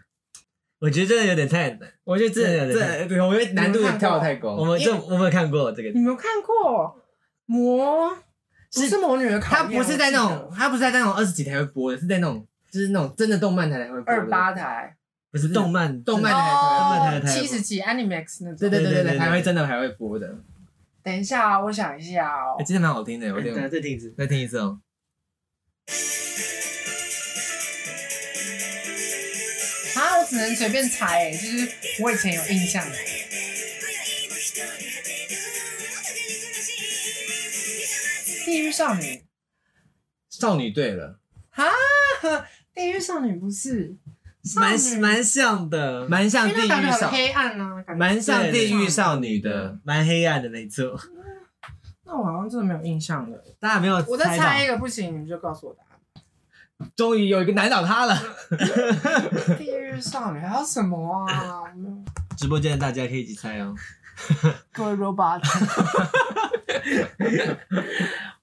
[SPEAKER 2] 我觉得真的有点太难，我觉得
[SPEAKER 1] 真的有
[SPEAKER 2] 这
[SPEAKER 1] 点太
[SPEAKER 2] 这对我觉得难
[SPEAKER 1] 难
[SPEAKER 2] 度
[SPEAKER 1] 度
[SPEAKER 3] 你们看
[SPEAKER 1] 跳得太高。
[SPEAKER 2] 我们
[SPEAKER 3] 因
[SPEAKER 2] 这
[SPEAKER 3] 为
[SPEAKER 2] 我没有看过这个
[SPEAKER 3] 你，没有看过魔？不是魔女的考
[SPEAKER 1] 他
[SPEAKER 3] 验，
[SPEAKER 1] 不是在那种，他不是在那种二十几台会播的，是在那种就是那种真的动漫台才会播的。
[SPEAKER 3] 二八台
[SPEAKER 2] 不是动漫
[SPEAKER 1] 动漫
[SPEAKER 2] 台台台台
[SPEAKER 3] 哦
[SPEAKER 2] 台，
[SPEAKER 3] 七十几 Animax 那种。
[SPEAKER 1] 对对对对
[SPEAKER 2] 对对
[SPEAKER 1] 对，
[SPEAKER 2] 对
[SPEAKER 1] 还会真的还会播的，
[SPEAKER 3] 等一下哦，我想一下哦
[SPEAKER 1] 哎，。真的蛮好听的，我
[SPEAKER 2] 对，
[SPEAKER 1] 点
[SPEAKER 2] 再听一次。
[SPEAKER 1] 再听一次哦。
[SPEAKER 3] 啊，我只能随便猜，哎，就是我以前有印象的。地狱少女
[SPEAKER 1] 少女队了，
[SPEAKER 3] 啊，地狱少女不是，少
[SPEAKER 2] 蛮
[SPEAKER 3] 女
[SPEAKER 2] 蛮像的，
[SPEAKER 1] 蛮像
[SPEAKER 3] 因
[SPEAKER 1] 地
[SPEAKER 3] 为那感
[SPEAKER 1] 狱
[SPEAKER 3] 觉很
[SPEAKER 1] 少，
[SPEAKER 3] 黑暗啊，感觉
[SPEAKER 1] 蛮像
[SPEAKER 2] 对
[SPEAKER 1] 地狱少女的。
[SPEAKER 2] 蛮黑暗的，没错。
[SPEAKER 3] 那我好像真的没有印象了。
[SPEAKER 2] 大家没有
[SPEAKER 3] 我再猜一
[SPEAKER 2] 到，
[SPEAKER 3] 个，不行你们就告诉我答案。
[SPEAKER 1] 终于有一个难倒他了。
[SPEAKER 3] 地狱少女还有什么啊？没有
[SPEAKER 2] 直播间的大家可以一起猜哦。
[SPEAKER 3] 各位 robot，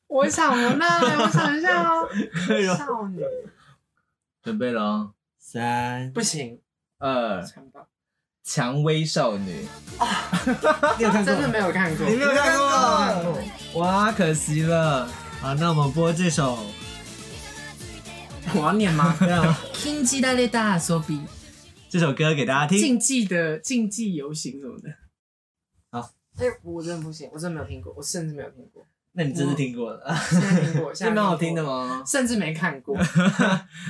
[SPEAKER 3] 我想不到，我想一下哦。
[SPEAKER 2] 哎
[SPEAKER 3] 少女
[SPEAKER 1] 准备了哦，
[SPEAKER 2] 三，
[SPEAKER 3] 不行，
[SPEAKER 1] 二
[SPEAKER 3] 想不到，
[SPEAKER 1] 蔷薇少女，
[SPEAKER 2] 你有看过？
[SPEAKER 3] 真的没有看过。
[SPEAKER 2] 你没有看过？
[SPEAKER 1] 哇，可惜了。
[SPEAKER 2] 好，那我们播这首。
[SPEAKER 3] 我要念吗？
[SPEAKER 2] 对啊，
[SPEAKER 3] *laughs* 禁忌大类大手比
[SPEAKER 2] 这首歌给大家听。
[SPEAKER 3] 禁忌的禁忌游行什么的。
[SPEAKER 2] 好，
[SPEAKER 3] 哎，我真的不行，我真的没有听过，我甚至没有听
[SPEAKER 2] *laughs*
[SPEAKER 3] 过，
[SPEAKER 2] 那你真是听过了，
[SPEAKER 3] 现在听过，现
[SPEAKER 1] 是
[SPEAKER 3] 在
[SPEAKER 1] 蛮好听的
[SPEAKER 3] 吗？
[SPEAKER 1] 吗？
[SPEAKER 3] 甚至没看
[SPEAKER 2] 嗯
[SPEAKER 3] 过，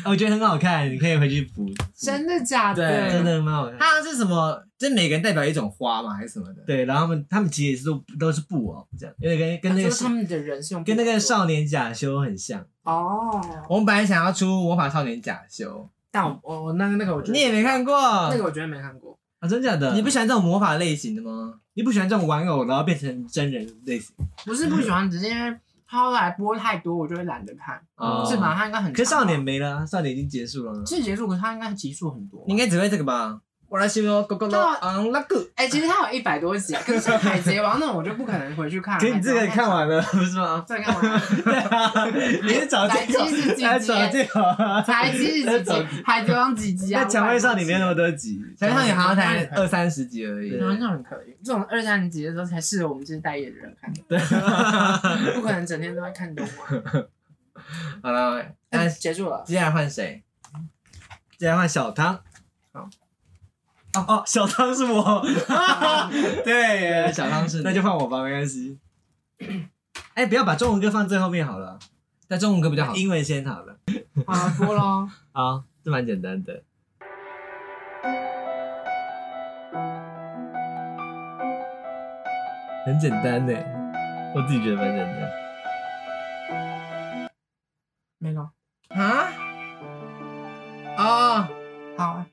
[SPEAKER 2] 我觉得很好看，你可以回去补。
[SPEAKER 3] 真的假的？
[SPEAKER 1] 对
[SPEAKER 2] 真。的蛮好看。
[SPEAKER 1] 它是什么？就是每个人代表一种花嘛，还是什么的？
[SPEAKER 2] 对，然后他们他们其实都都是布偶这样，有点跟跟那
[SPEAKER 3] 啊就
[SPEAKER 2] 个
[SPEAKER 3] 是他们的人是用
[SPEAKER 2] 跟那个
[SPEAKER 3] 上
[SPEAKER 2] 少年假修很像。
[SPEAKER 3] 哦，
[SPEAKER 1] 我们本来想要出《魔法少年假修
[SPEAKER 3] 但我我我那个那个我觉》，得
[SPEAKER 1] 你也没看过。
[SPEAKER 3] 那个我觉得没看过，
[SPEAKER 2] 啊，真假的？
[SPEAKER 1] 呃你不喜欢这种魔法类型的吗？
[SPEAKER 2] 你不喜欢这种玩偶，然后变成真人类型？
[SPEAKER 3] 不是不喜欢，只是因为抛来播太多，我就会懒得看，
[SPEAKER 1] 哦
[SPEAKER 3] 是吗？？它应该很长吧。
[SPEAKER 1] 可是少年没了啊，少年已经结束了啊。
[SPEAKER 3] 是结束，可是它应该集数很多吧。
[SPEAKER 1] 你应该只会这个吧？我来形容狗狗的
[SPEAKER 3] 对啊
[SPEAKER 1] 昂拉古。
[SPEAKER 3] 哎、其实它有一百多集，啊可是像《海贼王》那种我就不可能回去看。
[SPEAKER 1] *laughs* 可是你这个也哎看完了，不是吗？
[SPEAKER 3] 这干嘛？
[SPEAKER 1] *laughs* 对啊，你是找借口
[SPEAKER 3] 宅基是几，集欸
[SPEAKER 1] 来找借口啊。
[SPEAKER 3] 才七十几集，《海贼王》几集啊？
[SPEAKER 1] 那《蔷薇少女》没有那么
[SPEAKER 3] 的，
[SPEAKER 1] 多集，《蔷薇少女》好像才二三十集而已。
[SPEAKER 3] 那那很可以。这种二三十集的时候才适合我们这些代言人看， *laughs* 不可能整天都在看动漫。
[SPEAKER 1] 好了，那
[SPEAKER 3] 那结束
[SPEAKER 1] *laughs*
[SPEAKER 3] 了，
[SPEAKER 1] 接下来换谁？接下来换小汤。
[SPEAKER 3] 好。
[SPEAKER 1] 哦哦，小汤是我。对耶，小汤是
[SPEAKER 3] 你
[SPEAKER 1] 那就换我吧，没关系。 *clears throat* 哎，不要把中文歌放最后面好了，那中文歌比较好，英文先好了。
[SPEAKER 3] 好播喽。
[SPEAKER 1] 好，这蛮简单的。很简单呢，我自己觉得蛮简单。
[SPEAKER 3] 没了，
[SPEAKER 1] 啊？哦，
[SPEAKER 3] 好啊，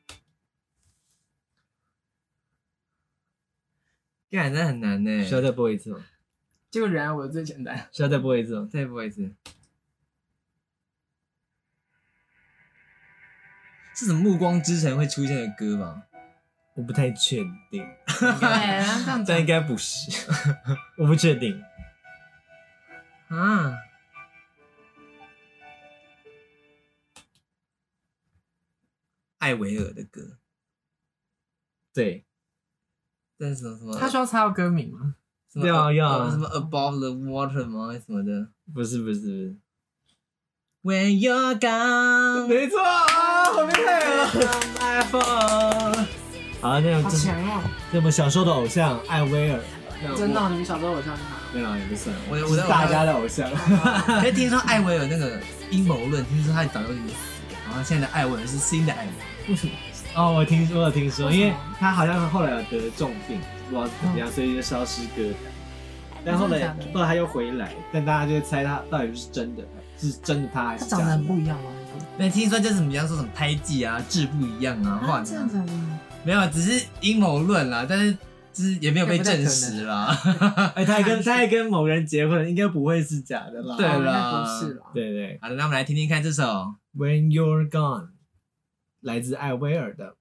[SPEAKER 1] 感觉很难呢。需要再播一次吗？
[SPEAKER 3] 这个人啊我的最简单。
[SPEAKER 1] 需要再播一次吗？再播一次。是什么《暮光之城》会出现的歌吗？我不太确定，
[SPEAKER 3] 对，这样
[SPEAKER 1] 但应该不
[SPEAKER 2] *laughs*
[SPEAKER 1] 是，我不确定。啊，艾维尔的歌，对，这是什么什么？
[SPEAKER 3] 他需要猜到歌名吗？
[SPEAKER 1] 什么
[SPEAKER 2] 要啊
[SPEAKER 1] ab-
[SPEAKER 2] 要啊
[SPEAKER 1] 什么 above the water 吗？还是什么的？不是不是不是。When you're gone，
[SPEAKER 2] 没错啊，我没看
[SPEAKER 1] 哦
[SPEAKER 2] 了。
[SPEAKER 1] my phone。
[SPEAKER 2] 好，
[SPEAKER 3] 好
[SPEAKER 2] 那这是
[SPEAKER 3] 强哦！
[SPEAKER 2] 这么小时候的偶像艾薇儿，
[SPEAKER 3] 真的哦，你们小时候偶像是哪？
[SPEAKER 2] 没有也不算，
[SPEAKER 1] 我我
[SPEAKER 2] 是
[SPEAKER 1] 在
[SPEAKER 2] 大家的
[SPEAKER 1] *laughs*
[SPEAKER 2] 偶像。
[SPEAKER 1] 可是听说艾薇儿那个阴谋论，听说他早就已经死了，然后现在的艾薇儿是新的艾薇儿。
[SPEAKER 2] 哦，我听说，我有听说，
[SPEAKER 3] 为什么
[SPEAKER 2] 因为他好像后来有得重病，不知道怎么样，所以就消失歌坛。但后
[SPEAKER 3] 真的
[SPEAKER 2] 来
[SPEAKER 3] 假的
[SPEAKER 2] 后来他又回来，但大家就会猜他到底是真的，是真的他还
[SPEAKER 3] 他
[SPEAKER 2] 是
[SPEAKER 3] 长得
[SPEAKER 2] 假的
[SPEAKER 3] 很不一样哦吗？
[SPEAKER 1] 没听说就是怎么样说什么胎记啊、质不一样啊，换
[SPEAKER 3] 这样子啊
[SPEAKER 1] 没有，只是阴谋论啦，但是就是也没有被证实啦。
[SPEAKER 2] 哎，他还跟
[SPEAKER 3] 看
[SPEAKER 2] 他还跟某人结婚，应该不会是假的啦。
[SPEAKER 1] 对
[SPEAKER 3] 哦
[SPEAKER 1] 啦
[SPEAKER 3] 那不是啦。
[SPEAKER 2] 对
[SPEAKER 1] *laughs*
[SPEAKER 2] 对
[SPEAKER 1] 好的，那我们来听听看这首。
[SPEAKER 2] ，When You're Gone，来自艾薇儿的。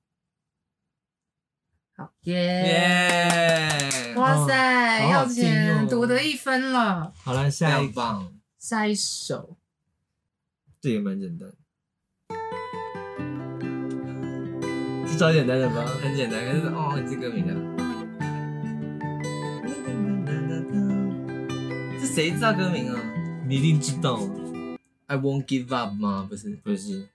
[SPEAKER 3] 好
[SPEAKER 1] 啊
[SPEAKER 3] 耶！
[SPEAKER 1] 耶！
[SPEAKER 3] 哇塞，
[SPEAKER 2] 哦好好
[SPEAKER 3] 要
[SPEAKER 2] 听哦
[SPEAKER 3] 钱夺得一分了。
[SPEAKER 2] 好了，
[SPEAKER 1] 非
[SPEAKER 2] 下一
[SPEAKER 1] 常
[SPEAKER 2] 个
[SPEAKER 1] 棒。
[SPEAKER 3] 下一首，
[SPEAKER 2] 这也蛮简单，是找简单的吗？
[SPEAKER 1] 很简单，可是哦，这歌名啊，是谁知道歌名啊
[SPEAKER 2] 你一定知道，
[SPEAKER 1] ？I won't give up 吗？不是，
[SPEAKER 2] 不是？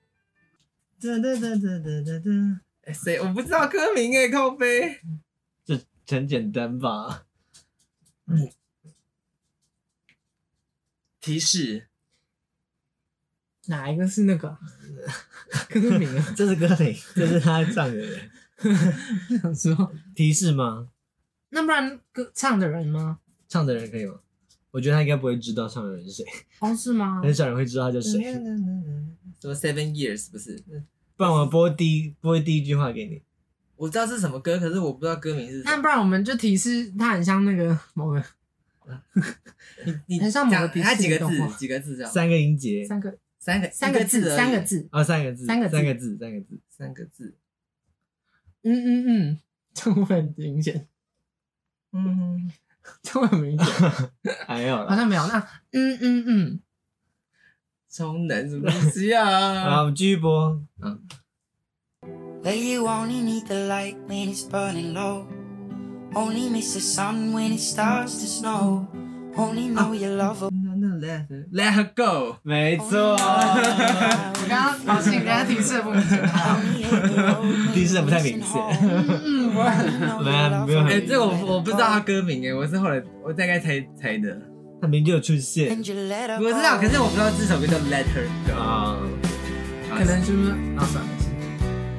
[SPEAKER 1] 哒哒哒哒哒哒哒，哎谁？我不知道歌名哎，靠背。
[SPEAKER 2] 这很简单吧？
[SPEAKER 1] 提示，
[SPEAKER 3] 哪一个是那 *laughs* 个歌名啊？
[SPEAKER 2] *laughs* 这是歌名，这是他唱的人。
[SPEAKER 3] 想说，
[SPEAKER 2] 提示吗？
[SPEAKER 3] *laughs* 那不然歌唱的人吗？
[SPEAKER 2] 唱的人可以吗？我觉得他应该不会知道唱的人是谁，
[SPEAKER 3] 哦，是吗？
[SPEAKER 2] 很少人会知道他叫谁。
[SPEAKER 1] 什么 Seven Years 不是？
[SPEAKER 2] 不然我播第一播第一句话给你。
[SPEAKER 1] 我知道是什么歌，可是我不知道歌名是什
[SPEAKER 3] 那
[SPEAKER 1] 么。
[SPEAKER 3] 不然我们就提示他很像那个某个
[SPEAKER 1] 你
[SPEAKER 3] 很像某个
[SPEAKER 1] 讲
[SPEAKER 3] 迪士尼
[SPEAKER 1] 它几个
[SPEAKER 3] 动画
[SPEAKER 1] 字？几个字这样？
[SPEAKER 2] 三个音节，
[SPEAKER 3] 三个
[SPEAKER 1] 三个
[SPEAKER 3] 三
[SPEAKER 1] 一
[SPEAKER 3] 个
[SPEAKER 1] 个
[SPEAKER 3] 字
[SPEAKER 1] 而已
[SPEAKER 3] 三个字，
[SPEAKER 2] 哦，三个字，
[SPEAKER 3] 三个字
[SPEAKER 2] 三个字，三个字。
[SPEAKER 1] 三个字。
[SPEAKER 3] 嗯嗯嗯，这会很明显，
[SPEAKER 1] 嗯，
[SPEAKER 3] 这会很明显，
[SPEAKER 2] 还有
[SPEAKER 3] 好
[SPEAKER 2] 了，
[SPEAKER 3] 像没有。那嗯嗯嗯，
[SPEAKER 1] 充能什么东西啊
[SPEAKER 3] *laughs*
[SPEAKER 2] 好，？我们继续播。
[SPEAKER 4] Lady, you only need the light when it's burning low. Only miss the sun when it starts to snow. Only know you love her.
[SPEAKER 1] Let her- Let her go。
[SPEAKER 2] 没错，
[SPEAKER 1] 哦
[SPEAKER 3] 我刚刚好像刚刚提示的不明显。
[SPEAKER 2] 提示得不太明显
[SPEAKER 3] 嗯嗯，我
[SPEAKER 4] *laughs*
[SPEAKER 2] 没有很
[SPEAKER 1] 哎、
[SPEAKER 2] 哎
[SPEAKER 1] 这个我我不知道他歌名哎，我是后来我大概猜猜的。
[SPEAKER 2] 他明明就有出现
[SPEAKER 4] 我
[SPEAKER 1] 我知道，可是我不知道这首歌叫 Let Her Go。
[SPEAKER 2] 啊。
[SPEAKER 3] 可能就是啊，算了，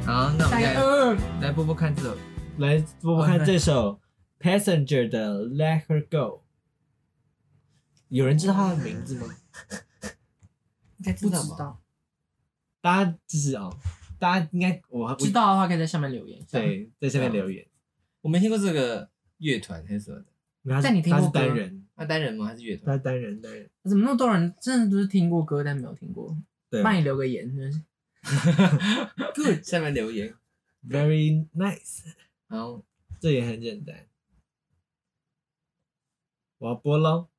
[SPEAKER 1] 好，那我
[SPEAKER 3] 大
[SPEAKER 1] 们
[SPEAKER 3] 概
[SPEAKER 1] 来
[SPEAKER 3] 嗯，
[SPEAKER 1] 来播播看这首。
[SPEAKER 2] 来，播播看
[SPEAKER 1] 哦
[SPEAKER 2] 这首《Passenger》的《Let Her Go》。有人知道他的名字吗？
[SPEAKER 3] 应该
[SPEAKER 1] 知道吧
[SPEAKER 3] 知道，
[SPEAKER 2] 大家就是哦，大家应该我我
[SPEAKER 3] 知道的话可以在下面留言一下。
[SPEAKER 2] 对，在下面留言。
[SPEAKER 1] 我没听过这个乐团还是什么的，
[SPEAKER 2] 没有他是
[SPEAKER 1] 但你听
[SPEAKER 2] 他
[SPEAKER 1] 过
[SPEAKER 2] 是单
[SPEAKER 1] 歌
[SPEAKER 2] 人，
[SPEAKER 1] 那单人吗？还是乐团？
[SPEAKER 2] 他是单人单人。
[SPEAKER 1] 怎么那么多人真的都是听过歌，但没有听过？
[SPEAKER 2] 对
[SPEAKER 1] 帮你留个言，真是 good。下面留言，
[SPEAKER 2] ，very nice。
[SPEAKER 1] 然后
[SPEAKER 2] 这也很简单。我要播喽。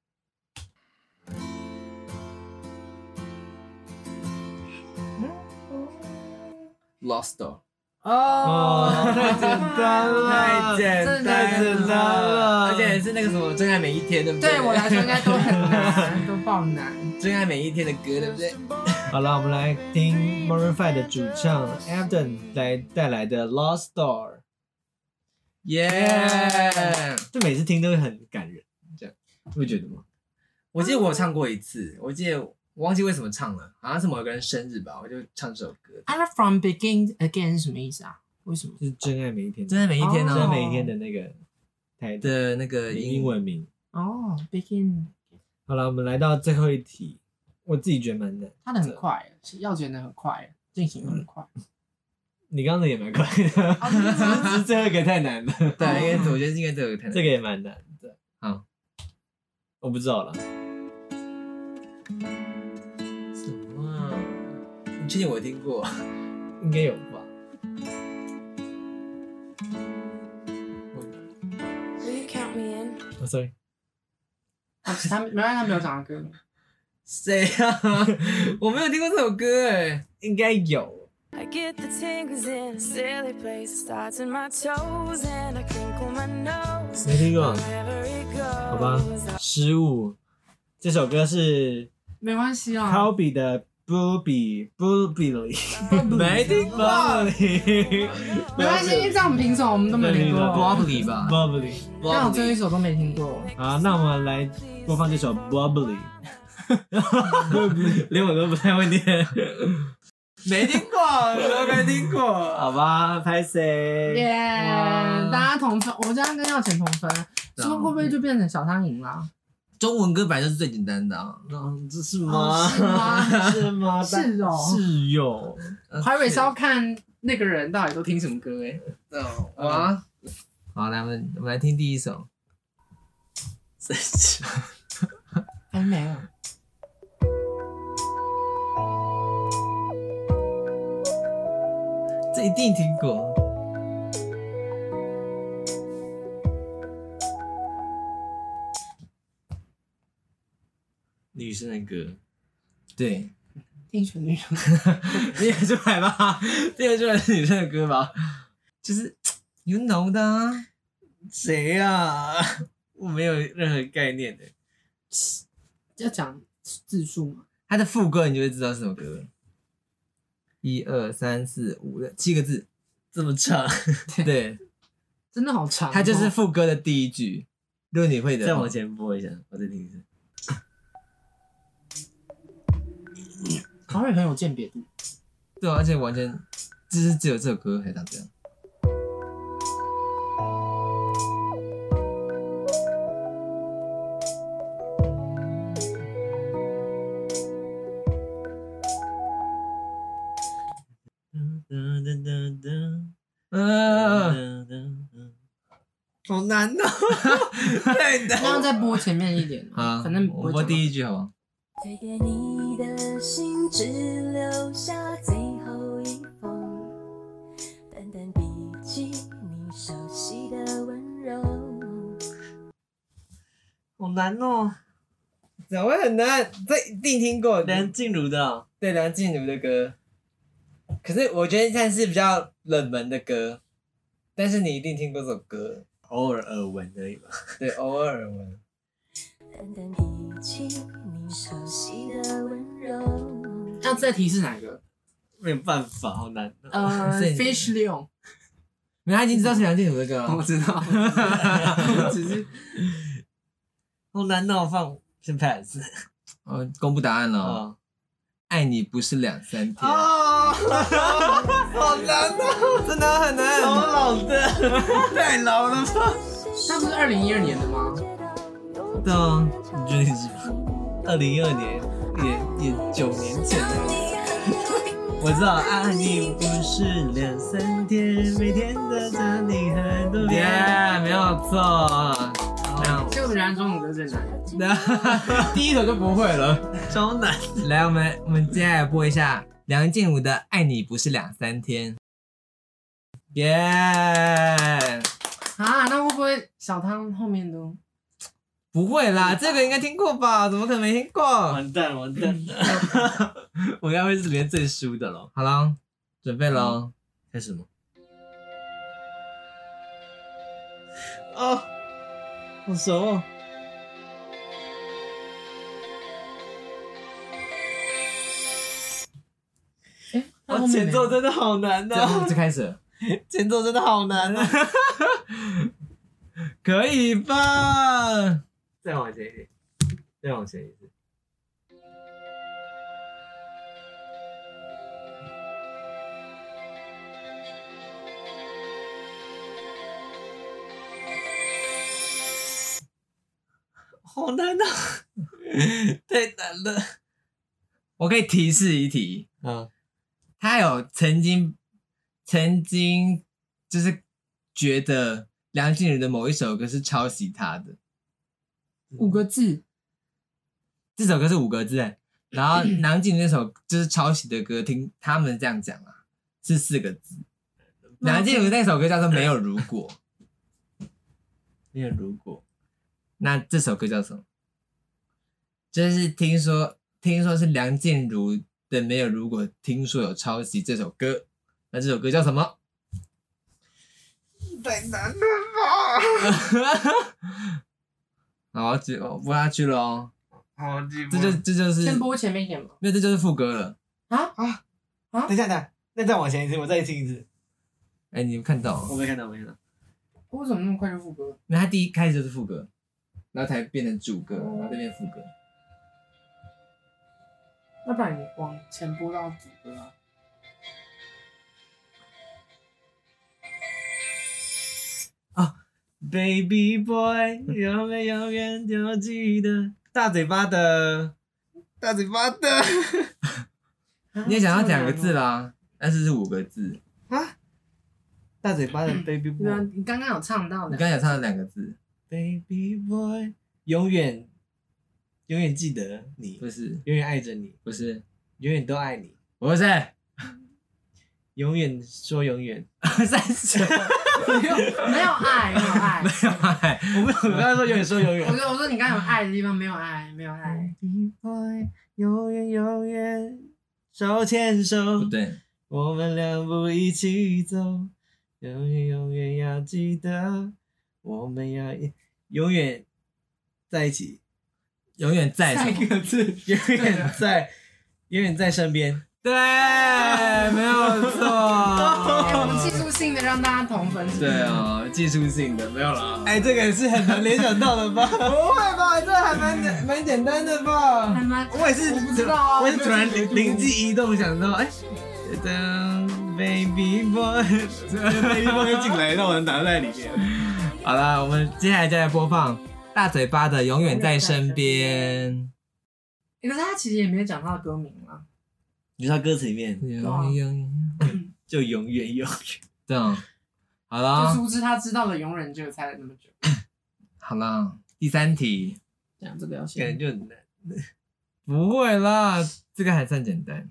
[SPEAKER 1] Lost Door。
[SPEAKER 2] 哦太简单了
[SPEAKER 3] *laughs*
[SPEAKER 1] 太简单，
[SPEAKER 2] 真的太简单了
[SPEAKER 1] 而且也是
[SPEAKER 2] 是
[SPEAKER 1] 那个什么《真爱每一天》，对不
[SPEAKER 3] 对
[SPEAKER 1] 对
[SPEAKER 3] 我来说应该都很难，
[SPEAKER 1] 都爆难，《真爱每一天》的歌，对不对？
[SPEAKER 2] 好了，我们来听 Maroon 5的主唱 Adam 来带来的《Lost Door》，
[SPEAKER 1] 耶、
[SPEAKER 2] 就每次听都会很感人，这样你不觉得吗？
[SPEAKER 1] 我记得我有唱过一次，我记得我忘记为什么唱了，好像是某个人生日吧，我就唱这首歌。
[SPEAKER 3] I love from begin again 是什么意思啊？为什么？
[SPEAKER 2] 就是哦真爱每一天，
[SPEAKER 1] 真爱每一天呢、
[SPEAKER 2] 真爱
[SPEAKER 3] 哦
[SPEAKER 2] 每一天的那个台的
[SPEAKER 1] 的那个
[SPEAKER 2] 英文名。
[SPEAKER 3] 哦、b e g i n
[SPEAKER 2] 好了，我们来到最后一题，我自己觉得蛮难。
[SPEAKER 3] 它的很快，要卷的很快，进行
[SPEAKER 1] 嗯
[SPEAKER 3] 得很快。
[SPEAKER 2] 你刚才也蛮快哦的，只 *laughs* 是最后一个太难了，
[SPEAKER 1] 对，因为我觉得应该这个可能
[SPEAKER 2] 这个也蛮难 *laughs* 的。
[SPEAKER 1] 好，
[SPEAKER 2] 我不知道了。
[SPEAKER 1] 什么啊、你确定我听过？
[SPEAKER 2] 应该有吧。
[SPEAKER 5] Will you count me in?
[SPEAKER 2] 哦 sorry，
[SPEAKER 3] 啊他没关系，他没有讲到歌名。
[SPEAKER 1] 谁啊？ *laughs* 我没有听过这首歌哎、
[SPEAKER 2] 应该有。
[SPEAKER 5] I get the tingles in a silly place. It starts in my toes and I crinkle my nose.
[SPEAKER 2] 没听过，
[SPEAKER 5] Wherever it
[SPEAKER 2] 好吧
[SPEAKER 5] goes,。
[SPEAKER 2] 失误。这首歌是
[SPEAKER 3] 没关系
[SPEAKER 2] 嗯
[SPEAKER 3] 啊，
[SPEAKER 2] Kobe 的《Booby Booby》，没 *laughs* 听过。
[SPEAKER 3] 没关系，这样我们凭什么我们都没有听
[SPEAKER 2] 对
[SPEAKER 3] 过？
[SPEAKER 1] Bubbly 吧
[SPEAKER 2] Bubbly
[SPEAKER 3] 但我这一首都没听过。
[SPEAKER 2] 好，那我们来播放这首 Bubbly。连我都不太会念，
[SPEAKER 1] 没听过，我都没听过。
[SPEAKER 2] 好吧，拍谁？
[SPEAKER 3] 耶、
[SPEAKER 2] 哇
[SPEAKER 3] 大家同分，我这样跟耀前同分，
[SPEAKER 1] 对
[SPEAKER 3] 是
[SPEAKER 1] 啊
[SPEAKER 3] 不是会不会就变成小苍蝇啦？
[SPEAKER 1] 中文歌本来就是最简单的啊。
[SPEAKER 2] 嗯，这是吗？
[SPEAKER 3] 是吗
[SPEAKER 2] 是吗？
[SPEAKER 3] 是哦
[SPEAKER 2] 是有。
[SPEAKER 1] 呃
[SPEAKER 3] 怀伟是要看那个人到底都听什么歌哎、
[SPEAKER 1] 啊！欸好，来，我们我们来听第一首。真是
[SPEAKER 3] 还没有。
[SPEAKER 1] 这一定听过。女生的歌，对，
[SPEAKER 3] 听旋律，
[SPEAKER 1] 听得出来吧？ *laughs* 听得出来是女生的歌吧？就是 you know 的啊、谁呀、我没有任何概念的。
[SPEAKER 3] 要讲字数嘛？
[SPEAKER 1] 它的副歌你就会知道是什么歌了。一二三四五六七个字，这么长。 *laughs* 对，
[SPEAKER 3] 真的好长、哦，
[SPEAKER 1] 它就是副歌的第一句。如果你会的话，
[SPEAKER 6] 再往前播一下，我再听一下。
[SPEAKER 3] 华伟很有鉴别
[SPEAKER 1] *laughs*
[SPEAKER 3] 度，
[SPEAKER 1] 对啊、而且完全就是只有这首歌才长这样。嗯，好难哦，太难
[SPEAKER 3] 然后再播前面一点啊，
[SPEAKER 1] 好，
[SPEAKER 3] 反正
[SPEAKER 1] 我播第
[SPEAKER 3] 一，
[SPEAKER 1] 一句好不好？
[SPEAKER 5] 推给你的信，只留下最后一封，淡淡笔记，你熟悉的温柔。
[SPEAKER 1] 好难哦，怎么会很难？这一定听过梁静茹的、对梁静茹的歌。可是我觉得算是比较冷门的歌，但是你一定听过这首歌，
[SPEAKER 6] 偶尔耳闻而已吧。
[SPEAKER 1] 对，偶尔闻。
[SPEAKER 5] 淡淡脾气，你熟悉的温柔。
[SPEAKER 3] 要再提示哪个？
[SPEAKER 6] 没有办法，好难哦、
[SPEAKER 1] *laughs*
[SPEAKER 3] 呃
[SPEAKER 1] 所以你
[SPEAKER 3] ，Fish Leon，
[SPEAKER 1] 你他已经知道是梁静茹的歌
[SPEAKER 3] *laughs*
[SPEAKER 1] 了
[SPEAKER 3] 我知道，只 *laughs* 是
[SPEAKER 6] 好难哦，放先 pass
[SPEAKER 1] 哦，公布答案了
[SPEAKER 6] 啊、
[SPEAKER 1] 哦，爱你不是两三天。
[SPEAKER 6] 哦，
[SPEAKER 1] 好难哦，真的很难，
[SPEAKER 6] 好老的，太老了吧？
[SPEAKER 3] 那不是二零一二年的吗？
[SPEAKER 1] 对啊，
[SPEAKER 6] 你觉得是二零一二年，也也九年前了。我知道，爱你不是两三天，每天都想你很多遍。
[SPEAKER 1] 耶，没有错。 *laughs* 这样
[SPEAKER 3] 所以我们两中午都最难。
[SPEAKER 1] 第一首就不会了。
[SPEAKER 2] 超难。
[SPEAKER 1] 来，我们我们接下来播一下梁静茹的《爱你不是两三天》。耶、
[SPEAKER 3] 啊，那会不会小汤后面都？
[SPEAKER 1] 不会啦，这个应该听过吧？怎么可能没听过？
[SPEAKER 2] 完蛋，完蛋！
[SPEAKER 1] 我应该会是里面最输的嗯了。好了，准备喽，开始吗？
[SPEAKER 2] 哦，好熟哦。
[SPEAKER 3] 那
[SPEAKER 2] 我
[SPEAKER 3] 后面
[SPEAKER 2] 啊哦前
[SPEAKER 3] 没
[SPEAKER 2] 奏真的好难
[SPEAKER 1] 这样
[SPEAKER 2] 哦，
[SPEAKER 1] 就开始了，
[SPEAKER 2] *laughs* 前奏真的好难 *laughs* 啊。
[SPEAKER 1] 可以吧？
[SPEAKER 2] 再往前一点，再往前一 *laughs* 点。好难啊！太难了。
[SPEAKER 1] 我可以提示一题，
[SPEAKER 2] 嗯，
[SPEAKER 1] 他有曾经曾经就是觉得梁静茹的某一首歌是抄袭他的，
[SPEAKER 3] 五个字，
[SPEAKER 1] 这首歌是五个字欸，然后
[SPEAKER 2] 嗯
[SPEAKER 1] 梁静茹那首就是抄袭的歌，听他们这样讲啊，是四个字。
[SPEAKER 2] 嗯
[SPEAKER 1] 梁静茹那首歌叫做《没有如果》，
[SPEAKER 2] *laughs* 没有如果
[SPEAKER 1] 那这首歌叫什么？就是听说听说是梁静茹的《没有如果》，听说有抄袭这首歌，那这首歌叫什么？太难了吧！好，只我播下去了哦。这就这就是
[SPEAKER 3] 先播前面一点吧。
[SPEAKER 1] 没有，这就是副歌了。
[SPEAKER 3] 啊，
[SPEAKER 2] 等一下，等一下，那再往前一次，我再听一次。
[SPEAKER 1] 哎、你们看到哦
[SPEAKER 2] 我？没看到，我没看到。
[SPEAKER 3] 为什么那么快就副歌？
[SPEAKER 1] 那他第一开始就是副歌，然后才变成主歌，然后再变副歌。
[SPEAKER 3] 要不然你往前播到主歌啊？
[SPEAKER 2] Baby boy，永远永远都记得大嘴巴的，大嘴巴的。
[SPEAKER 3] 啊
[SPEAKER 2] 哦
[SPEAKER 1] 你也想要两个
[SPEAKER 3] 这
[SPEAKER 1] 字
[SPEAKER 3] 么
[SPEAKER 1] 啦，但是是五个字。
[SPEAKER 2] 啊大嘴 *laughs* 巴的
[SPEAKER 3] 难
[SPEAKER 2] baby
[SPEAKER 3] 哦？
[SPEAKER 2] boy，baby
[SPEAKER 3] 对啊，你刚刚有唱到
[SPEAKER 1] 你
[SPEAKER 3] 的。
[SPEAKER 1] 刚才唱了两个字，
[SPEAKER 2] boy，永远永远记得你
[SPEAKER 1] 不，是
[SPEAKER 2] 永远爱着你，
[SPEAKER 1] 不是
[SPEAKER 2] 永远都爱你，
[SPEAKER 1] 不是
[SPEAKER 2] 永远说
[SPEAKER 3] *laughs*
[SPEAKER 2] 永远。
[SPEAKER 1] 三十，
[SPEAKER 3] 没有没有爱，没有爱。
[SPEAKER 2] 我们我刚才说永远说永
[SPEAKER 3] 我
[SPEAKER 2] 远。
[SPEAKER 3] 说我说你刚刚有爱的地方没有爱，没有爱。
[SPEAKER 2] baby boy，永远永远手牵手
[SPEAKER 1] 不，对，
[SPEAKER 2] 我们两步一起走，永远永远要记得，我们要一永远在一起。
[SPEAKER 1] 永远在什
[SPEAKER 3] 下一
[SPEAKER 1] 么？
[SPEAKER 3] 个字，
[SPEAKER 2] 永远在，永远在身边。
[SPEAKER 1] 对，没有
[SPEAKER 3] 哎，我们技
[SPEAKER 1] 错。
[SPEAKER 3] 术性的让大家同分。
[SPEAKER 1] 对，
[SPEAKER 2] 啊
[SPEAKER 1] 哦，技术性的没有啦。
[SPEAKER 2] *laughs* 哎，这个是很难联想到的吧？ *laughs* 不会吧，这还蛮蛮简单的吧
[SPEAKER 3] 还？蛮
[SPEAKER 2] 我也是，
[SPEAKER 3] 我不知道啊
[SPEAKER 2] 我也是突然
[SPEAKER 3] 没有
[SPEAKER 2] 灵灵机一动想到，哎，噔，baby *laughs* boy，baby boy 又进来，让我拿在里面。
[SPEAKER 1] 好了，我们接下来再来播放大嘴巴的《永远在身边
[SPEAKER 3] 欸可是他其实也没有讲他的歌名啊。
[SPEAKER 2] 你说歌词里面》，
[SPEAKER 1] 永远永远
[SPEAKER 2] 就永远有，
[SPEAKER 1] *laughs* 这样。好
[SPEAKER 3] 就
[SPEAKER 1] 了，
[SPEAKER 3] 殊不知他知道的永远就猜了那么久。
[SPEAKER 1] 好了，第三题。
[SPEAKER 3] 讲这个要
[SPEAKER 2] 感觉就很难。
[SPEAKER 1] 不会啦，这个还算简单。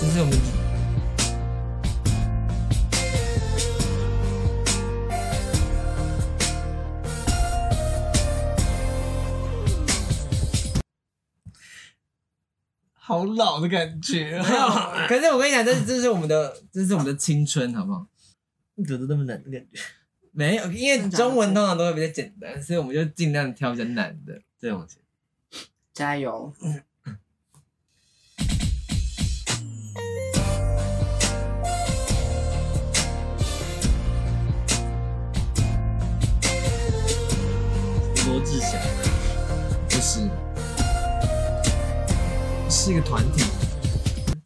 [SPEAKER 1] 这是我们
[SPEAKER 2] 好老的感觉 *laughs*
[SPEAKER 1] 没有，可是我跟你讲，这这是我们的，这是我们的青春，好不好？
[SPEAKER 2] 你怎么那么难的感觉？
[SPEAKER 1] 没有，因为中文通常都会比较简单，所以我们就尽量挑比较难的。
[SPEAKER 2] 再往前，
[SPEAKER 3] 加油！
[SPEAKER 2] 罗志
[SPEAKER 1] *laughs*
[SPEAKER 2] 祥，
[SPEAKER 1] 不是，是一个团体，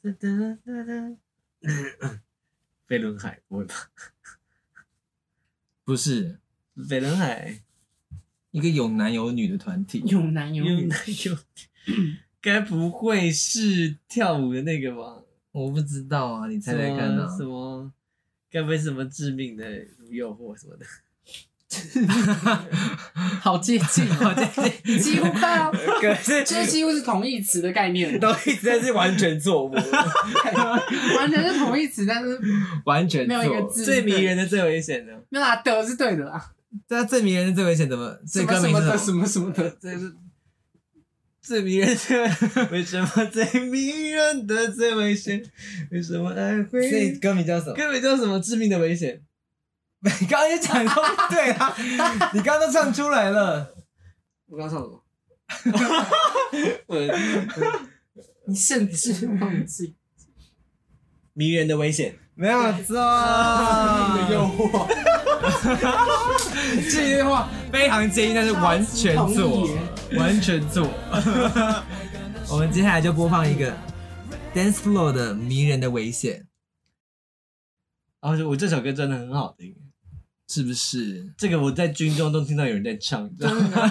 [SPEAKER 2] 噔噔噔噔，飞轮海不会吧？
[SPEAKER 1] 不是
[SPEAKER 2] 飞轮海
[SPEAKER 1] 一个有男有女的团体。
[SPEAKER 3] 有男有
[SPEAKER 2] 有
[SPEAKER 3] 女，
[SPEAKER 2] 有，该不会是跳舞的那个吧？
[SPEAKER 1] 我不知道啊，你猜猜看啊
[SPEAKER 2] 什么？什？么
[SPEAKER 1] 该不会是什么致命的诱惑什么 *laughs* 的？
[SPEAKER 3] *laughs* 好接近，哦
[SPEAKER 1] 好
[SPEAKER 2] *laughs*
[SPEAKER 1] 接近
[SPEAKER 3] 几乎到，
[SPEAKER 1] 可是
[SPEAKER 3] 这几乎是同义词的概
[SPEAKER 2] *laughs*
[SPEAKER 3] 念，
[SPEAKER 1] 都一直在是完全错误，
[SPEAKER 3] 完全是同义词，但是
[SPEAKER 1] *laughs* 完全
[SPEAKER 3] 没有一个
[SPEAKER 1] 错误
[SPEAKER 3] 字
[SPEAKER 1] 最迷人的最危险的，
[SPEAKER 3] 没有啦，的是对的啦，
[SPEAKER 1] 对啊，最迷人的最危险怎么？
[SPEAKER 3] 什
[SPEAKER 1] 最
[SPEAKER 3] 么
[SPEAKER 1] 歌
[SPEAKER 3] 什
[SPEAKER 1] 名
[SPEAKER 3] 么
[SPEAKER 1] 是
[SPEAKER 3] 的
[SPEAKER 1] 什
[SPEAKER 3] 什
[SPEAKER 1] 么？
[SPEAKER 3] 么什么的，
[SPEAKER 1] 这是最迷人
[SPEAKER 2] *laughs*
[SPEAKER 1] 的，为什么最迷人的最危险？为什么爱会？所以歌名叫什么？歌名叫什么？致命的危险。你刚刚也讲过，对啊， *laughs* 你刚刚都唱出来了。
[SPEAKER 3] 我刚唱
[SPEAKER 1] *laughs*
[SPEAKER 3] 什么？
[SPEAKER 1] 我
[SPEAKER 3] 你甚至忘记，
[SPEAKER 1] 迷人的危险没有
[SPEAKER 2] *laughs*
[SPEAKER 1] 错，
[SPEAKER 2] 啊
[SPEAKER 3] 你的诱惑，
[SPEAKER 1] 这句话非常接近，但是完全
[SPEAKER 3] 同
[SPEAKER 1] 错
[SPEAKER 3] 意耶，
[SPEAKER 1] 完全
[SPEAKER 2] *laughs*
[SPEAKER 1] 错。我们接下来就播放一个 Dance Floor 的《迷人的危险》，
[SPEAKER 2] 然后就我这首歌真的很好听，
[SPEAKER 1] 是不是？
[SPEAKER 2] 这个我在军中都听到有人在唱，
[SPEAKER 3] 真的。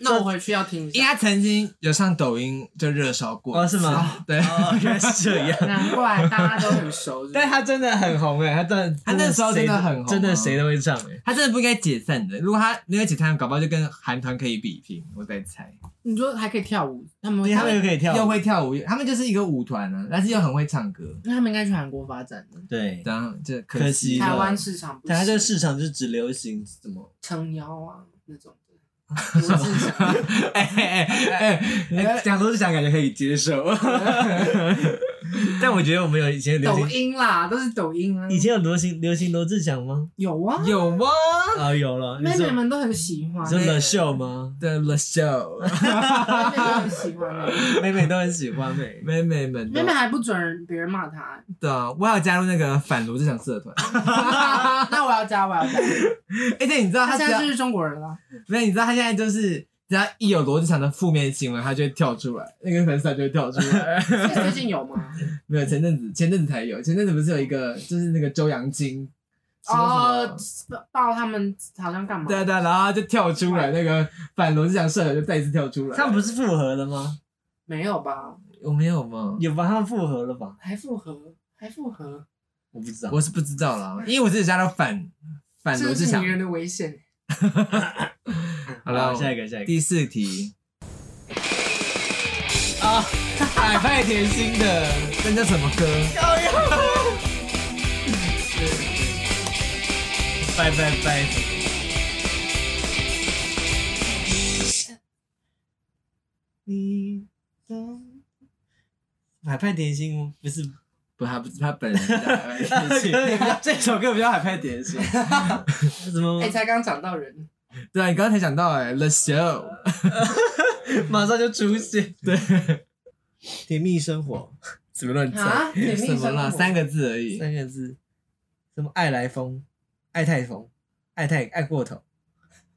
[SPEAKER 3] 那我回去要听一
[SPEAKER 1] 因为
[SPEAKER 3] 下，
[SPEAKER 1] 他曾经有上抖音就热烧过，
[SPEAKER 2] 哦是吗？
[SPEAKER 1] 对，
[SPEAKER 2] 原来是这样。
[SPEAKER 3] 难怪大家都很熟。是不是
[SPEAKER 2] 但他真的很红哎，他真的，
[SPEAKER 1] 他那时候真的很红啊
[SPEAKER 2] 真的谁都会唱
[SPEAKER 1] *laughs*
[SPEAKER 2] 哎。
[SPEAKER 1] 他真的不应该解散的。如果他没有解散，搞不好就跟韩团可以比拼。我在猜，
[SPEAKER 3] 你说还可以跳舞，他们会
[SPEAKER 2] 因为他们又可以
[SPEAKER 1] 又
[SPEAKER 2] 跳舞，
[SPEAKER 1] 会跳舞，他们就是一个舞团啊，但是又很会唱歌。
[SPEAKER 3] 那他们应该去韩国发展的，
[SPEAKER 2] 对，
[SPEAKER 1] 然后就
[SPEAKER 2] 可
[SPEAKER 1] 可
[SPEAKER 2] 惜
[SPEAKER 1] 惜
[SPEAKER 2] 了
[SPEAKER 3] 台
[SPEAKER 1] 了， *laughs*
[SPEAKER 3] 湾市场不
[SPEAKER 2] 但他这个
[SPEAKER 3] 行
[SPEAKER 2] 市场就是只流行什么？
[SPEAKER 3] 撑腰啊那种的，不是想
[SPEAKER 1] 哎哎哎哎，讲都是讲，感觉可以接受。 *laughs*
[SPEAKER 2] 但我觉得我们有以前流
[SPEAKER 3] 抖
[SPEAKER 2] 行，
[SPEAKER 3] 音啦，都是抖音啊。
[SPEAKER 2] 以前有流行流行罗志祥吗？
[SPEAKER 3] 有啊，
[SPEAKER 1] 有吗？
[SPEAKER 2] 啊，有了，你
[SPEAKER 3] 妹
[SPEAKER 2] 说
[SPEAKER 3] 妹们都很喜欢，
[SPEAKER 2] 你说的秀吗？
[SPEAKER 1] 的 The
[SPEAKER 3] 妹
[SPEAKER 1] Show， *laughs*
[SPEAKER 3] 妹都很喜欢啊。
[SPEAKER 2] 妹妹都很喜
[SPEAKER 1] *laughs*
[SPEAKER 2] 欢妹。
[SPEAKER 1] 妹妹们
[SPEAKER 3] 妹
[SPEAKER 1] 都
[SPEAKER 3] 妹还不准人别人骂她，
[SPEAKER 1] 的，我还有加入那个反罗志祥社团。
[SPEAKER 3] 那我要加，我要加。
[SPEAKER 1] 而且你知道
[SPEAKER 3] 她
[SPEAKER 1] 他
[SPEAKER 3] 现
[SPEAKER 1] 只要
[SPEAKER 3] 在就是中国人了，
[SPEAKER 1] 没有，你知道他现在就是只要一有罗志祥的负面新闻，他就会跳出来，那个粉丝团就会跳出来。 *laughs*
[SPEAKER 3] 所以最近有吗？
[SPEAKER 1] 没有，前阵子前阵子才有，前阵子不是有一个就是那个周扬青。什么什
[SPEAKER 3] 哦
[SPEAKER 1] 么，
[SPEAKER 3] 报他们好像干嘛？
[SPEAKER 1] 对啊对啊，然后他就跳出来，那个反罗志祥社友就再一次跳出来。
[SPEAKER 2] 他们不是复合了吗？
[SPEAKER 3] 没有吧？
[SPEAKER 1] 我没有吗？
[SPEAKER 2] 有吧？他们复合了吧？
[SPEAKER 3] 还复合？还复合？
[SPEAKER 2] 我不知道。
[SPEAKER 1] 我是不知道啦，因为我只是加到反反
[SPEAKER 3] 这
[SPEAKER 1] 罗志
[SPEAKER 3] 是
[SPEAKER 1] 祥
[SPEAKER 3] 女。人的危险。
[SPEAKER 1] 好了，
[SPEAKER 2] 下一个，下一个。
[SPEAKER 1] 第四题。啊，海派甜心的，那叫什么歌？
[SPEAKER 2] 拜拜拜。你懂？海派甜心吗不是？
[SPEAKER 1] 不，他不是他本人叫海派甜
[SPEAKER 2] 可以
[SPEAKER 1] 心，这首歌不叫海派甜
[SPEAKER 2] *laughs*
[SPEAKER 1] 心。
[SPEAKER 2] 怎么
[SPEAKER 3] 哎，？才刚讲到人，
[SPEAKER 1] *laughs* 对啊，你刚才讲到哎，The Show，
[SPEAKER 2] *laughs* 马上就出现。 *laughs* 对，甜蜜生活
[SPEAKER 1] 什么乱
[SPEAKER 3] 啊
[SPEAKER 1] 讲？
[SPEAKER 3] 甜蜜
[SPEAKER 1] 什么啦？
[SPEAKER 3] 生活
[SPEAKER 1] 三个字而已。
[SPEAKER 2] 三个字，什么爱来疯，爱太疯，爱太爱过头，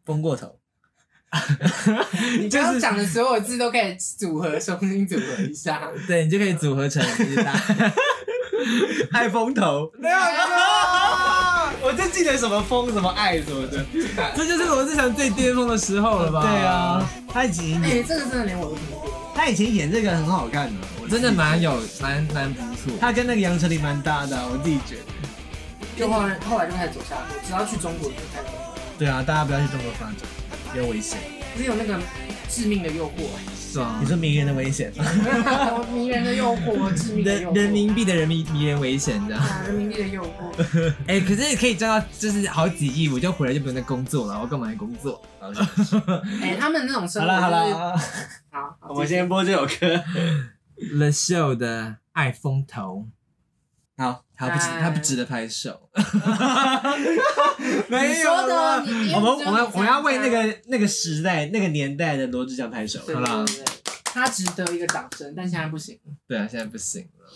[SPEAKER 2] 疯过头。
[SPEAKER 3] 你刚刚讲的所有字都可以组合，重新组合一下。
[SPEAKER 1] 对你就可以组合成一大 *laughs*
[SPEAKER 2] 爱风头，没有 *laughs* 我就记得什么风什么爱什么的。
[SPEAKER 1] 这就是罗志祥最巅峰的时候了吧？
[SPEAKER 2] 对啊，，他以前
[SPEAKER 3] 哎，
[SPEAKER 2] 演
[SPEAKER 3] 这个真的连我都听过。
[SPEAKER 2] 他以前演这个很好看的，我
[SPEAKER 1] 真的蛮有蛮蛮不错。
[SPEAKER 2] 他跟那个杨丞琳蛮搭的啊，我自己觉得。
[SPEAKER 3] 就后来后来就开始走下坡，只要去中国就开始。
[SPEAKER 2] 对啊，大家不要去中国发展，有危险。
[SPEAKER 3] 不是有那个致命的诱惑、
[SPEAKER 1] 爽
[SPEAKER 2] 你说迷人的危险吗？
[SPEAKER 3] 欸，迷人的诱惑，致命的诱
[SPEAKER 1] 人
[SPEAKER 3] 惑，
[SPEAKER 1] 人民币的人民迷人危险这样。
[SPEAKER 3] 啊，人民币的诱惑。
[SPEAKER 1] 哎、可是可以赚到就是好几亿，我就回来就不用再工作了，我干嘛还工作？
[SPEAKER 3] 哎、他们那种生
[SPEAKER 2] 好
[SPEAKER 3] 活、就是
[SPEAKER 2] 啦，好啦，
[SPEAKER 3] 好，好
[SPEAKER 2] 我们先播这首 *laughs* 歌。
[SPEAKER 1] *laughs* The Show 的《爱风头》，
[SPEAKER 2] 好，
[SPEAKER 1] 他不值，他不值得拍手。
[SPEAKER 3] 你说的哦，你
[SPEAKER 2] 我们我们我们要为那个那个时代那个年代的罗志祥拍手。
[SPEAKER 3] 好啦，对对对他值得一个掌声，但现在不行，
[SPEAKER 1] 对啊，现在不行了。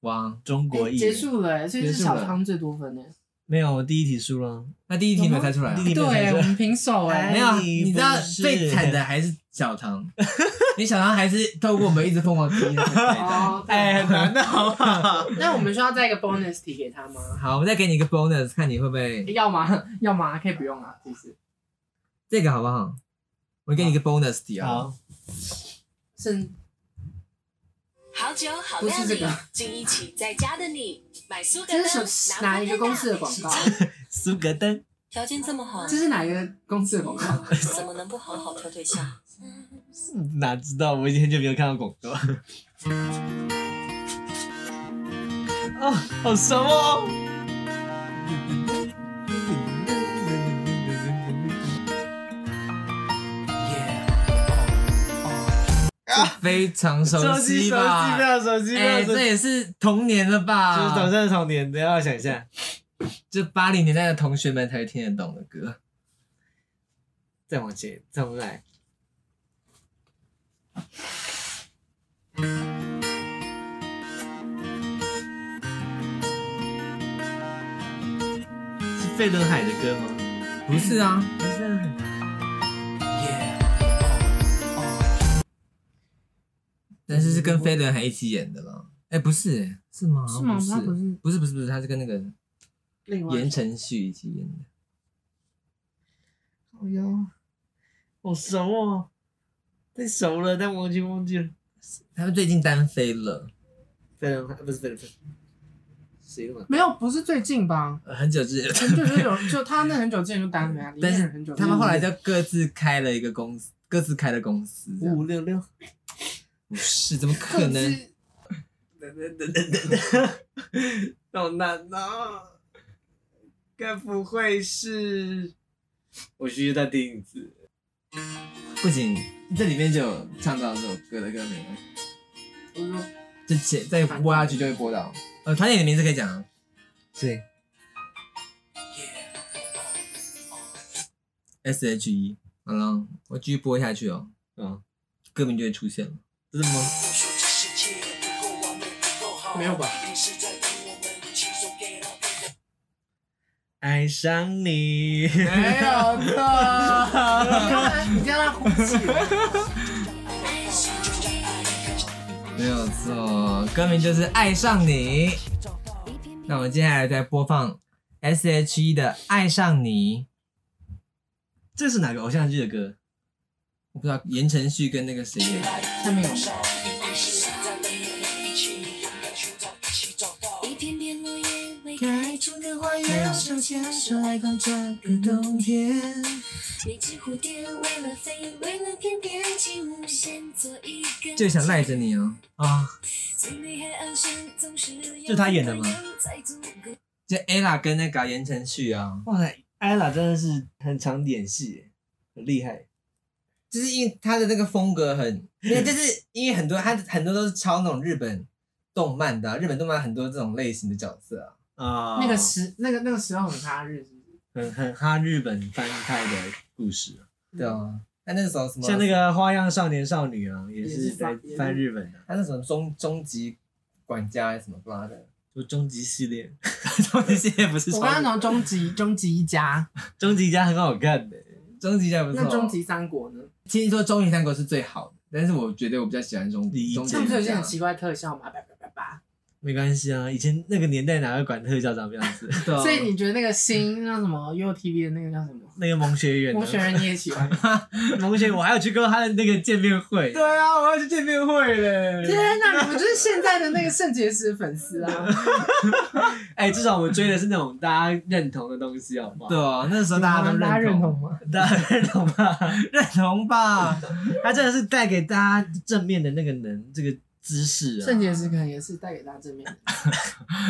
[SPEAKER 1] 哇，
[SPEAKER 2] 中国
[SPEAKER 3] 哎
[SPEAKER 2] 艺
[SPEAKER 3] 结
[SPEAKER 2] 人
[SPEAKER 3] 束了、哎所以是
[SPEAKER 1] 结束了
[SPEAKER 3] 小康最多分的、哎
[SPEAKER 2] 没有，我第一题输了。
[SPEAKER 1] 那第一题你们猜出来啊了
[SPEAKER 2] 第一？题没有
[SPEAKER 3] 对，我
[SPEAKER 2] 猜出来
[SPEAKER 3] 们平手哎、
[SPEAKER 1] 没有啊，
[SPEAKER 2] 哎
[SPEAKER 1] 你知道
[SPEAKER 2] 不是
[SPEAKER 1] 最惨的还是小唐，你小唐还是透过我们一直疯狂踢他才到。
[SPEAKER 3] 哦，对，
[SPEAKER 2] 哎，很难的好不好？ *laughs*
[SPEAKER 3] 那我们需要再一个 bonus 题给他吗？
[SPEAKER 1] *laughs* 好，我再给你一个 bonus，看你会不会
[SPEAKER 3] 要吗？要吗？可以不用啊，其实
[SPEAKER 1] 这个好不好？我给你一个 bonus 题啊。
[SPEAKER 2] 好，
[SPEAKER 3] 剩
[SPEAKER 5] 好酒好
[SPEAKER 3] 不
[SPEAKER 5] 料
[SPEAKER 3] 是这
[SPEAKER 5] 理
[SPEAKER 3] 个，
[SPEAKER 5] 竟一起在家的你，买苏格
[SPEAKER 3] 这
[SPEAKER 5] 登
[SPEAKER 3] 是什么
[SPEAKER 5] 拿
[SPEAKER 3] 哪一个公司的广告？
[SPEAKER 1] 苏格登，
[SPEAKER 7] 条件这么好，
[SPEAKER 3] *laughs* 这是哪一个公司的广告？
[SPEAKER 7] 怎么能不好好挑对象？
[SPEAKER 1] 哪知道我已经很久没有看到广
[SPEAKER 2] *laughs*
[SPEAKER 1] 告。啊，好熟哦！非常熟
[SPEAKER 2] 手机
[SPEAKER 1] 悉
[SPEAKER 2] 手机
[SPEAKER 1] 吧？
[SPEAKER 2] 不要手机不
[SPEAKER 1] 哎、
[SPEAKER 2] 要手
[SPEAKER 1] 这
[SPEAKER 2] 机，
[SPEAKER 1] 也是啊童年了
[SPEAKER 2] 就是
[SPEAKER 1] 吧？
[SPEAKER 2] 董事长年，等一下我想一下，
[SPEAKER 1] 就八零年代的同学们才会听得懂的歌。
[SPEAKER 2] 再往前，再往来。是费伦海的歌吗？
[SPEAKER 1] 不是啊，
[SPEAKER 2] 不是，
[SPEAKER 1] 但是是跟飞轮海一起演的啦。哎、不是、哎是吗？
[SPEAKER 3] 是吗他不是
[SPEAKER 1] 不是，不是，不是，他是跟那个
[SPEAKER 3] 另外一
[SPEAKER 1] 言
[SPEAKER 3] 个
[SPEAKER 1] 承旭一起演的。
[SPEAKER 3] 好哟，
[SPEAKER 2] 好熟哦，太熟了，但我已经忘记了。
[SPEAKER 1] 他们最近单飞了，
[SPEAKER 3] 啊
[SPEAKER 2] 费伦海不是费伦海，谁的嘛？
[SPEAKER 3] 没有，不是最近吧？
[SPEAKER 1] 呃很久之前。
[SPEAKER 3] 很久很久，就他那很久之前就单了啊，
[SPEAKER 1] *laughs* 但是
[SPEAKER 3] 李很久之前就单了，
[SPEAKER 1] *laughs* 他们后来就各自开了一个公司，各自开了公司。
[SPEAKER 2] 五五六六，
[SPEAKER 1] 不是，怎么可
[SPEAKER 3] 各
[SPEAKER 1] 能？
[SPEAKER 3] 自
[SPEAKER 2] 好难啊！该不会是？我需要再听一次。
[SPEAKER 1] 不仅这里面就有唱到这首歌的歌名了，
[SPEAKER 3] 我说
[SPEAKER 1] 就前再播下去就会播到。呃，团体的名字可以讲啊。
[SPEAKER 2] 对，
[SPEAKER 1] S H E，好了，我继续播下去哦，
[SPEAKER 2] 嗯，
[SPEAKER 1] 歌名就会出现了。
[SPEAKER 2] 真的吗？
[SPEAKER 3] 没
[SPEAKER 1] *laughs*
[SPEAKER 3] 有吧？
[SPEAKER 2] 爱上你，
[SPEAKER 3] 没 *laughs* 有的，你这样他呼气了。
[SPEAKER 1] 没有错，歌名就是《爱上你》。那我们接下来再播放 S H E 的《爱上你》，这是哪个偶像剧的歌？我不知道，言承旭跟那个谁演的。
[SPEAKER 3] 下面有
[SPEAKER 5] 一片片落叶未开出的花园，那只蝴蝶为了飞，为了翩翩起舞，先做一个
[SPEAKER 1] 就想赖着你哦啊！
[SPEAKER 5] 最美海岸线总是
[SPEAKER 2] 这是他演的吗？
[SPEAKER 1] 就 ella 跟那个言承旭啊，
[SPEAKER 2] 哇塞，艾拉真的是很常演戏耶，很厉害。
[SPEAKER 1] 就是因为他的那个风格很，因为就是因为很多他很多都是抄那种日本动漫的啊、日本动漫很多这种类型的角色啊，
[SPEAKER 2] 啊
[SPEAKER 3] 那个时那个那个时候很哈日，是不是？
[SPEAKER 2] 很很哈日本翻拍的故事，
[SPEAKER 1] 对啊，他那个时候什么
[SPEAKER 2] 像那个《花样少年少女》啊，也
[SPEAKER 3] 也是
[SPEAKER 2] 是在
[SPEAKER 3] 翻也是
[SPEAKER 2] 翻日本的，
[SPEAKER 1] 他那什么终终极管家还是什么不知道的，
[SPEAKER 2] 就终极系列， *laughs*
[SPEAKER 1] 终极系列不是
[SPEAKER 3] 我刚刚讲终极终极一家，
[SPEAKER 2] 终极家很好看的。
[SPEAKER 1] 终极家不错，
[SPEAKER 3] 那终极三国呢？
[SPEAKER 1] 听说终极三国是最好的，但是我觉得我比较喜欢终
[SPEAKER 2] 第一
[SPEAKER 1] 终
[SPEAKER 2] 集
[SPEAKER 1] 极
[SPEAKER 3] 这样不是有一些
[SPEAKER 1] 家
[SPEAKER 3] 很，奇怪的特效吗？叭叭叭叭。
[SPEAKER 2] 没关系啊，以前那个年代哪会管特效长
[SPEAKER 3] *laughs*
[SPEAKER 2] 这样子？
[SPEAKER 1] 对啊
[SPEAKER 3] 所以你觉得那个新那什么 UTV 的那个叫什么？
[SPEAKER 2] 那个萌学院，
[SPEAKER 3] 我选人你也喜欢？
[SPEAKER 2] 萌学，我还有去跟他的那个见面
[SPEAKER 3] *laughs*
[SPEAKER 2] 会。
[SPEAKER 1] 对啊，我要去见面会嘞，
[SPEAKER 3] 天哪，你们就是现在的那个肾结石粉丝啊！
[SPEAKER 2] 哎、至少我们追的是那种大家认同的东西，好不好？
[SPEAKER 1] 对，啊，那时候 *laughs* 大家都
[SPEAKER 3] 大家
[SPEAKER 1] 认
[SPEAKER 3] 认同吗？
[SPEAKER 2] 大家认同 *laughs* 吧？
[SPEAKER 1] 认同吧。
[SPEAKER 2] 他真的是带给大家正面的那个能，这个知识啊，
[SPEAKER 3] 肾结石可能也是带给大家正面
[SPEAKER 1] *laughs*
[SPEAKER 3] 的。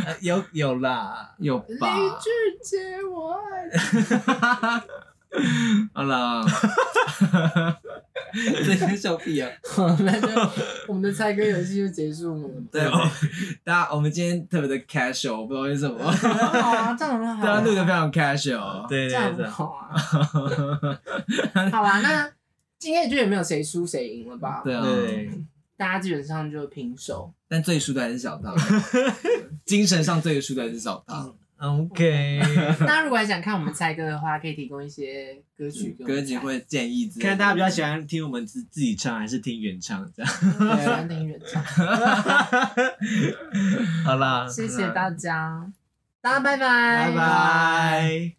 [SPEAKER 2] 呃有有啦，
[SPEAKER 1] 有
[SPEAKER 3] 林
[SPEAKER 1] 吧？
[SPEAKER 3] 志杰，我爱你。
[SPEAKER 1] *laughs* 好了， *laughs* 这些笑屁啊！
[SPEAKER 3] 好，那就我们的猜歌游戏就结束了。
[SPEAKER 1] 对，我大家我们今天特别的 casual，不知道为什么，
[SPEAKER 3] *laughs* 好啊，这样很好
[SPEAKER 1] *laughs* 大家
[SPEAKER 3] 啊。
[SPEAKER 1] 录的非常 casual。
[SPEAKER 2] 对
[SPEAKER 3] 这
[SPEAKER 2] 对
[SPEAKER 3] 样
[SPEAKER 2] 对
[SPEAKER 3] 很，好
[SPEAKER 1] *laughs*
[SPEAKER 3] 啊。好啦，那今天就也没有谁输谁赢了吧？
[SPEAKER 1] 对啊，
[SPEAKER 2] 对，
[SPEAKER 3] 大家基本上就平手。
[SPEAKER 1] 但最输的还是小 *laughs* 大，精神上最输的还是小大。
[SPEAKER 2] *laughs* OK，
[SPEAKER 3] 大家如果还想看我们猜歌的话，可以提供一些歌曲给我们
[SPEAKER 1] 哥
[SPEAKER 3] 猜
[SPEAKER 1] 姐嗯会建议之类的
[SPEAKER 2] 看大家比较喜欢听我们自自己唱还是听原唱 *laughs* 这样。
[SPEAKER 3] 对喜欢听原唱。
[SPEAKER 2] 好啦，
[SPEAKER 3] 谢谢大家，大家拜拜，
[SPEAKER 2] 拜拜。